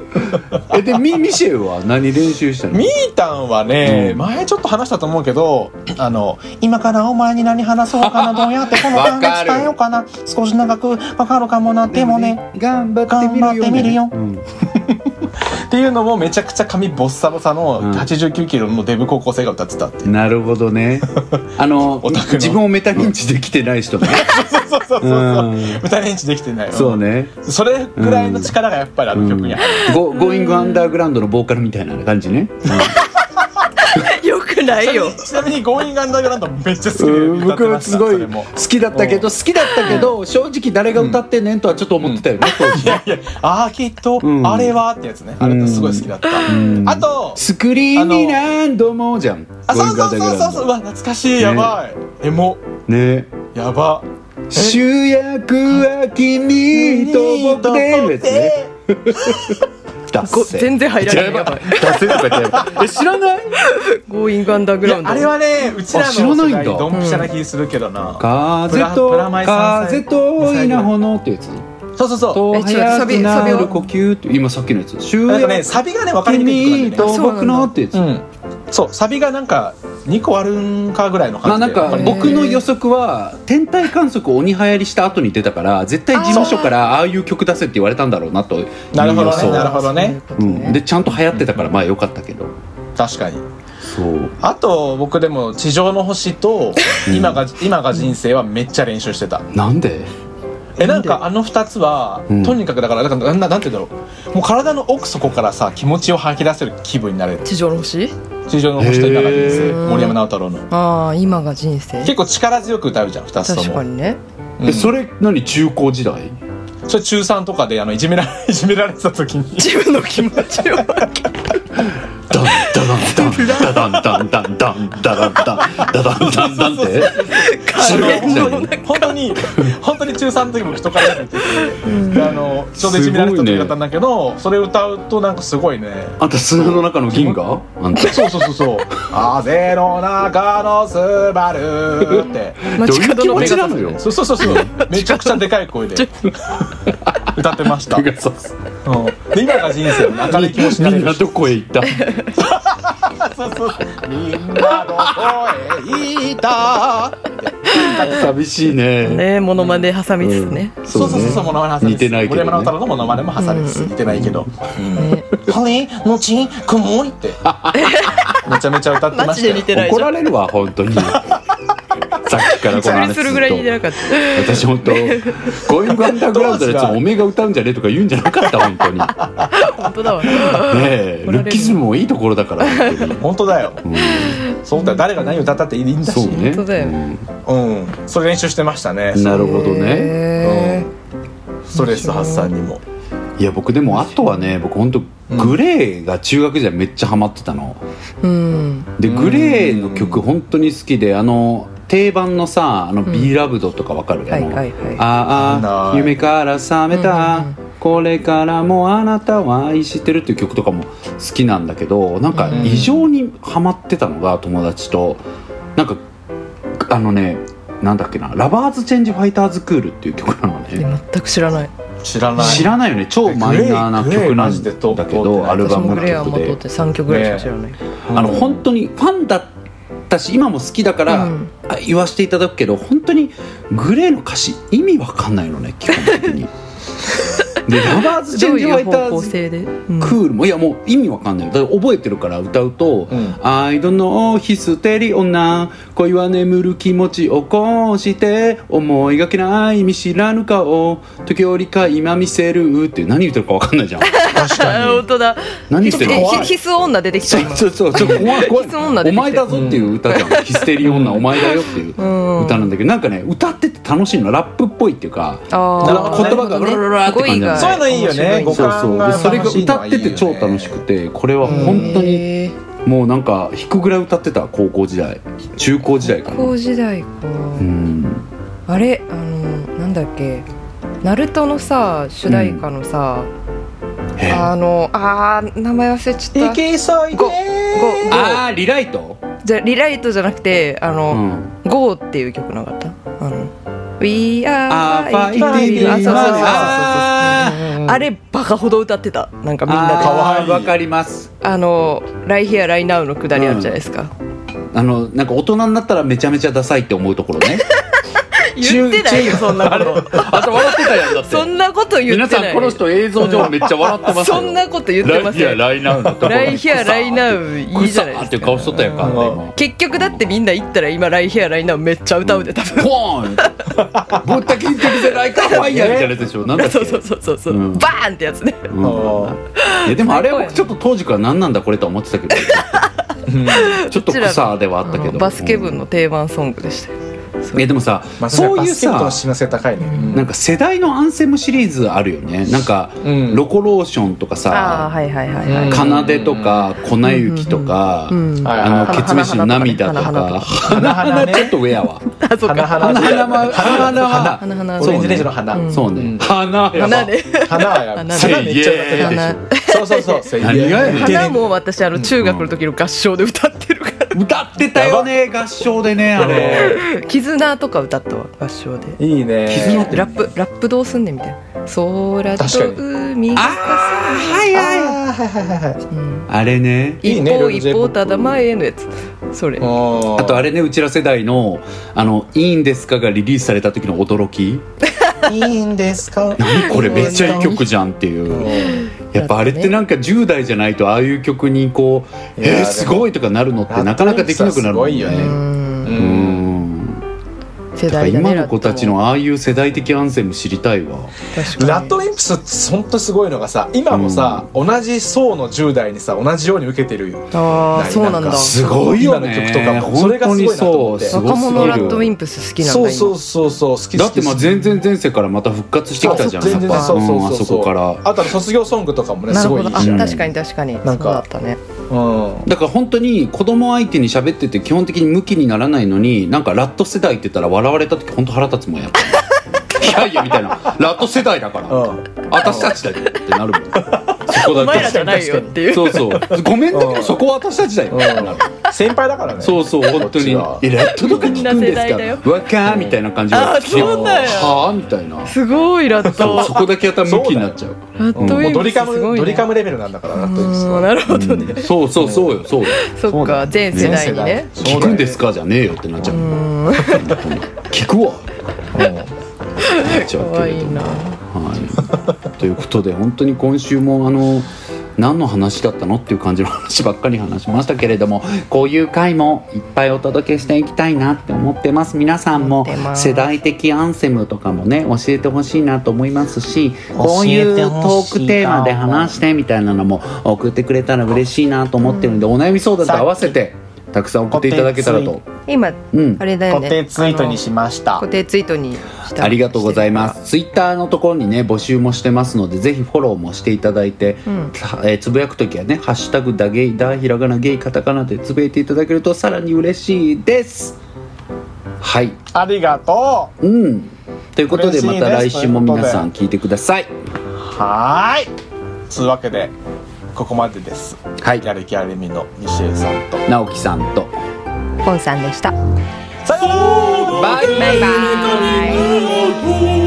B: えでミミシェルは何練習したの
A: ミータンはね、
B: うん
A: 前ちょっと話したと思うけどあの今からお前に何話そうかなどうやってこの考え伝えようかな少し長くかかるかもなでもね
B: 頑張
A: 頑張ってみるよ
B: うん
A: っていうのもめちゃくちゃ髪ボッサボサ
B: うん
A: の89キロのデブ高校生が歌ってたっていう、
B: なるほどね
A: [laughs]
B: あの
A: オタクの
B: 自分をメタ認知できてない人ね
A: そう [laughs] そうそうそう
B: うん
A: 歌認知できてないよ
B: そうね
A: それぐらいの力がやっぱりあの曲にある、
B: ゴゴーイングアンダーグラウンドのボーカルみたいな感じね、
C: よくな
B: [laughs]
C: いよ
A: ちなみに「ゴーイングアンダーグラウンド」めっちゃ好きで
B: うん、
A: 歌って
B: 僕
A: ま
B: は
A: した
B: す
A: そ
B: ごい
A: れ
B: 好
A: も
B: きだったけど好きだったけど正直誰が歌ってんねんとはちょっと思ってたよね当時
A: いやああきっと、
B: うん
A: あれはってやつねあれすごい好きだった、
B: うん
A: あと
B: スクリーンに何度もじゃん
A: あそうそう
B: ゴーイング
A: そ
B: ア
A: う
B: ンダ
A: そ
B: ー
A: うそうう
B: グラウン
A: わ懐かしいやばい、エモ
B: ドね
A: やば
B: 主役は君と僕でのやつねダ
C: ご
B: ッセ
C: 全然入らないやばい
B: ダッセとか言ってえ知らない
C: ゴーイングアンダーグ
A: い
C: ラ
A: や
C: ウンド
A: あれはねうちら
B: あ知ら
A: の
B: ないん
A: 世
B: だ
A: 代ドンピシャな気するけどな、
B: 風
A: プ
B: と
A: ラマイ山
B: 風
A: 菜
B: と稲穂のってやつ
A: そうそうそう
B: と
C: えちょっと
B: 早
C: サビ
B: くな
C: サビ
B: る
C: は
B: 呼吸って今さっきのやつ主
A: なんかね
B: 役
A: サビがね分かりにくい
B: 君
A: 曲
B: と僕のってやつ
A: なんでねうんそうサビがなんか2個あるんかぐらいの
B: まあ
A: 感
B: な
A: じ
B: ん
A: で
B: か
A: うん
B: 僕の予測は天体観測鬼流行りした後に出たから絶対事務所からああいう曲出せって言われたんだろうなという
A: なるほ
B: 予
A: どねなる
B: 想
A: ほどね
C: そう
B: う
C: いうことね
B: んでちゃんと流行ってたからまあ良かったけど
A: 確かに
B: そう
A: あと僕でも「地上の星」と「今が今が人生」はめっちゃ練習してた
B: なんで
A: えなんかあの2つは、
B: うん
A: とにかくだからだからなんなんて言うんだろうもう体の奥底からさ気持ちを吐き出せる気分になれる
C: 地上の星
A: 地上の星という中です
B: へ
C: ー
A: 森山直太朗の
C: ああ今が人生
A: 結構力強く歌うじゃん2つとも
C: 確かにね
A: うん
B: えそれ何中高時代
A: それ中3とかであのいじめられいじめられてた時に
C: 自分の気持ち
B: [laughs]
C: を
B: ダンダンダンダンダンダンダンダンダンダンダンダンって
A: あ
B: 知らんじゃん
A: の本当に本当に中3の時も人から見ててあのちょうどいじめられてた時だったんだけどそれ歌うとなんかすごいね
B: あんた砂の中の銀河あんた
A: そうそうそうそう「風の中のスバルって
B: どういう気持ちなのよ
A: そうそうそうそうめちゃくちゃでかい声で歌ってました、うん、
B: ペ
A: で
B: ガサス
A: 今が人生の明るい気持ちになれ
B: みん
A: る
B: などこへ行った
A: そうそうみんなどこへいた
B: 寂しいね
C: ねモノマネ挟みつつね、
A: そうそうそうそう、モノマネ挟み
B: 似てないけど
A: 森山
B: ね
A: 直太朗のモノマネも挟みつつ、
C: うん
A: 似てないけど。
C: ね
A: ハレのちん、くもい
B: [laughs]
A: って。めちゃめちゃ歌って
C: マ
A: ま
C: ジ
A: した
C: で
A: よ
C: 似。てない
B: 怒
C: じゃ
B: ら
C: ん
B: れる
C: [laughs]
B: わ本当にさっきからこの
C: そ
B: 話
C: れ
B: ず
C: す
B: っ
C: る
B: と
C: ぐらい似てなかった
B: 私
C: [laughs]
B: 本当「ゴーイングアンダーグラウンド」のやつもおめえが歌うんじゃねえとか言うんじゃなかった本当
C: [laughs]
B: にね
C: 本当だわ
B: え
C: 怒られる
B: ルッキズムもいいところだから本
C: [laughs]
B: 当に
A: 本当だよ。
B: うん
A: そうだよ、誰が何歌ったっていいんだ
B: そ
A: し
B: う。ね
C: 本当だよ
A: うん、それ練習してましたね
B: う。んなるほどね
C: へ
A: ストレス発散にも。
B: いや僕でもあとはね僕本当
A: うん
B: グレーが中学時代めっちゃハマってたの
C: ーうん
B: で
A: うん
B: グレーの曲本当に好きであの定番のさ「あの b ラブドとかわかる、あ
C: はい
B: の
C: はいはい
B: あ
A: な
B: あ
A: い
B: 夢から覚めた、
C: うんうん
B: これからもあなたは愛してるっていう曲とかも好きなんだけどなんか
A: うん
B: 異常にハマってたのが友達となんかあのねなんだっけな「ラバーズ・チェンジ・ファイターズ・クール」っていう曲なのね
C: 全く知らない
A: 知らない。
B: 知らないよね超マイナーな
A: グレーグレ
B: 曲
A: ー
B: な
A: マジ
B: ん
A: でと
B: だけ
A: 通ってない
B: どアル
C: 私
B: バ
C: も
B: ム
C: グ
B: の
C: レアも
B: 曲
C: 取っ
B: で
C: て3曲ぐらいしか知らない、
A: うん
B: あの本当にファンだったし今も好きだから、
C: うん
B: あ言わせていただくけど本当にグレーの歌詞意味わかんないの
C: [laughs]
B: ね基本的に。でラバーズ・チ
C: ど
B: ェン
C: う
B: ジ・フ
C: い
B: ァ
C: う
B: イタ
C: 方
B: ー
C: 向
B: ズ・
C: 性で、うん
B: クールもいやもう意味わかんないよだから覚えてるから歌うと「
A: うん
B: I don't know ヒステリオな恋は眠る気持ち起こして思いがけない見知らぬ顔時折か今見せる」って何言ってるかわかんないじゃん
A: 確
C: あ
A: か
C: 本
A: に。
C: 当だ
B: 何言ってるかわかんない
A: 怖い
C: ひひ必須女出てきた
B: そう
C: 今
B: そうそうそう [laughs] 怖い怖い
C: キス女出てきて
B: お前だぞっていう歌じゃん、ヒステリー女お前だよっていう
C: うん
B: 歌なんだけどなんかね歌ってて楽しいのラップっぽいっていうか
C: あ
A: なるほどね
C: ー
A: 言葉
B: がルルルルって感じなんだ
A: そういうのいいよね。
B: そう
A: 五
B: そ
A: 感
B: う
A: が
B: でそれが
A: 楽しいの
B: 歌
A: は
B: っ
A: いいよ
B: て
A: ね
B: て超楽しくてこれは本当に
C: に
B: もうなんか引くぐらい歌ってた高校時代中高時代かな
C: 高時代か、
B: うん
C: あれあのなんだっけナルトのさ主題歌のさ、
B: へえ
C: あのあー名前忘れちゃ
A: 行
C: っ
A: き
C: た
A: 急い
C: ご
A: で。
B: あーリライト
C: じゃリライトじゃなくてあ
B: う
C: の
B: ん
C: 「GO」っていう曲なかったあの「We are
B: あーファイテ
C: fighting」
B: ィング
C: あそうそうそうそう
B: あ
A: うん
C: あれバカほど歌ってたなんかみんなで
A: かわ
C: あ
A: い
B: あ
A: い
B: ーわかります
C: の「Right Here Right Now」のくだりあるじゃないですか、
B: あのなんか大人になったらめちゃめちゃダサいって思うところね
C: 言ってないよ
B: 中
C: そんなこと
B: [laughs] あと笑ってたやんだ [laughs] って
C: そんなこと言ってない
B: 皆さんこの人映像上めっちゃ笑ってますよ
C: そんなこと言ってません
B: ライナウのところ
C: ライヒアライナウいいじゃな
B: く
C: い
B: さー
C: で
B: っ
C: す
B: てい
C: か
B: う顔しとったやんかあんた今
C: 結局だってみんな行ったら今ライヒアライナウめっちゃ歌うで多分、
B: ポーンボッタキンテキゼライカーファイヤーみたいなやつでしょなんだっけ
C: そうそうそうそうそう、
B: うん
C: バーンってやつね
B: うんいやでもあれはちょっと当時から何なんだこれとは思ってたけど
A: うん
B: ちょっと草ではあったけ
C: あの
B: ど
C: バスケ部の定番ソングでしたよ
B: うんいやでもさ
A: まあ
B: そういう
A: バスケット
B: さ
A: の親和性高いね。うん
B: なんか世代のアンセムシリーズあるよねなんか
A: うん
B: ロコローションとか
C: ああ
B: さ
C: はいはいはいは
A: う
C: い、
A: ん
B: 奏でとか粉雪とか
C: うん
A: はい
B: あの
A: 花
B: ケツメイシの涙と
C: 花
B: か
C: 々
B: 花
A: 花々
B: 々
A: ね
B: ちょっとウェアは
C: あそう
A: 花
C: か
A: 花
B: 花々は花々は
C: 花々
A: オレンジレンジの花。
C: うん
B: そうね花やば
C: 花で
A: 花や。
C: 花
A: 花めっちゃ歌って
B: で
A: る
B: しょ
C: 花
A: そうそうそう。せい
B: 何がやねん
C: 花も私あの中学の時の合唱で歌ってるから、
B: 歌ってたよね合唱でねあれ
A: ね
C: 絆とか歌ったわ合唱で
A: いいね。
B: 絆って
C: ラップラップどうすんねんみたいな空と
A: 確かに
C: 海が
B: あーはいはい
A: あーはいはいはいはい。
C: うん
B: あれね
A: いい
C: 一
A: ね
C: 方
A: いろいろ
C: 一方
A: J-POP
C: ただ前のやつそれ
B: あとあ
A: れ。
B: れねうちら世代の「あのいいんですか?」がリリースされた時の驚き
A: いいんですか。
B: 何これめっちゃいい曲じゃんっていうやっぱあれってなんか10代じゃないとああいう曲にこう「
A: いや
B: え
A: で
B: ー、
A: も
B: すごい!」とかなるのってなかなかできなくなる
A: ラッドウ
B: もん
A: ィンプスはすごいよね
B: う
A: うん
B: ん
C: 世代だね
B: 今の子たちのああいう世代的アンセム知りたいわ
C: 確かに
A: ラッドウィンプスって本当すごいのがさ今もさ、同じ層の10代にさ同じように受けてるよ
C: あ
A: な
C: あそうなん
A: な
C: だ
A: んか
B: すごいよね
A: 今の曲とかもそれがすごいなと思って
B: 本当にそうすご
C: 若者ラッドウィ
B: す
C: ンプス好きなんだ
A: そう
C: 今
A: そうそうそう好き好き
B: だってまあ
A: 好き
B: 全然前世からまた復活してきたじゃん
A: そう
B: やっぱ
A: そうそう
B: うん
A: そう
B: あ
A: そう
B: そこから
A: あとあの卒業ソングとかもね
C: な
A: す
C: る
A: ごい
C: ほ
A: い
C: ど
A: い
C: あ
A: じゃん
C: 確かに確かに
A: なんか
C: そうだったね
A: うん
B: だから本当に子供相手に喋ってて基本的に向きにならないのになんかラット世代って言ったら笑われた時本当腹立つもんやっぱ
A: [laughs]
B: いやいやみたいなラット世代だから、
A: うん
B: 私たちだよってなるもん
C: [laughs]
B: そこ
C: お
B: だ
C: 前
B: け
C: らじゃないよっていう
B: そうそうごめんだけ
A: う
B: ど
A: ん
B: そこは私たちだよ、
A: 先輩だからね
B: そうそう本当に
A: こっち
B: えラットとか聞くん
C: みんな世
B: です
C: 代だよ
B: かわかーみたいな感じで
C: あそうなんや
B: はあみたいな
C: すごいラッ
B: そう
C: ド
B: そこだけやったら向きになっちゃう
C: ラッ
A: うん
C: ドウ
A: も
C: ィ
A: う
C: ン
A: ド
C: プ
A: リ
C: ス
A: カ
C: す
A: ム、
C: ごいね
A: ドリカムレベルなんだからラッドウィンプス
C: うん
A: は
C: なるほどね
B: うんそうそうそうよそうよ
C: そっか全世代にね
A: そうだよ
B: 聞くんですかじゃねえよってなっちゃう
C: う
B: 本
C: ん
B: 当に聞くわなっちゃうけれ
C: 可愛
B: ど
C: い
B: も
C: な
B: はい、ということで本当に今週もあの何の話だったのっていう感じの話ばっかり話しましたけれどもこういう回もいっぱいお届けしていきたいなって思ってます皆さんも
C: 思ってます
B: 世代的アンセムとかもね教えてほしいなと思いますしこういうトークテーマで話してみたいなのも送ってくれたら嬉しいなと思ってるんで、お悩み相談と合わせてたくさん送っていただけたらと、
C: 今
B: うん
C: あ、れだよね
A: ました
C: あの固定ツイートにした
B: ありがとうございます。ツイッターのところにね、募集もしてますので、ぜひフォローもしていただいて、
C: うん
B: たえーつぶやくときはね、ハッシュタグだゲイ、だひらがなゲイ、カタカナでつぶやいていただけるとさらに嬉しいです。はい。
A: ありがとう
B: うん。ということで、
A: 嬉
B: ま
A: しいです
B: た来週も
A: ということ
B: 皆
A: で
B: さん聞いてください。
A: はーいつうわけでここまでです
B: はい
A: やる気ありみのミシェルさんと
B: 直樹さんと。
C: ポンさんでした
A: さようなら
B: バイバイ
C: バイバイ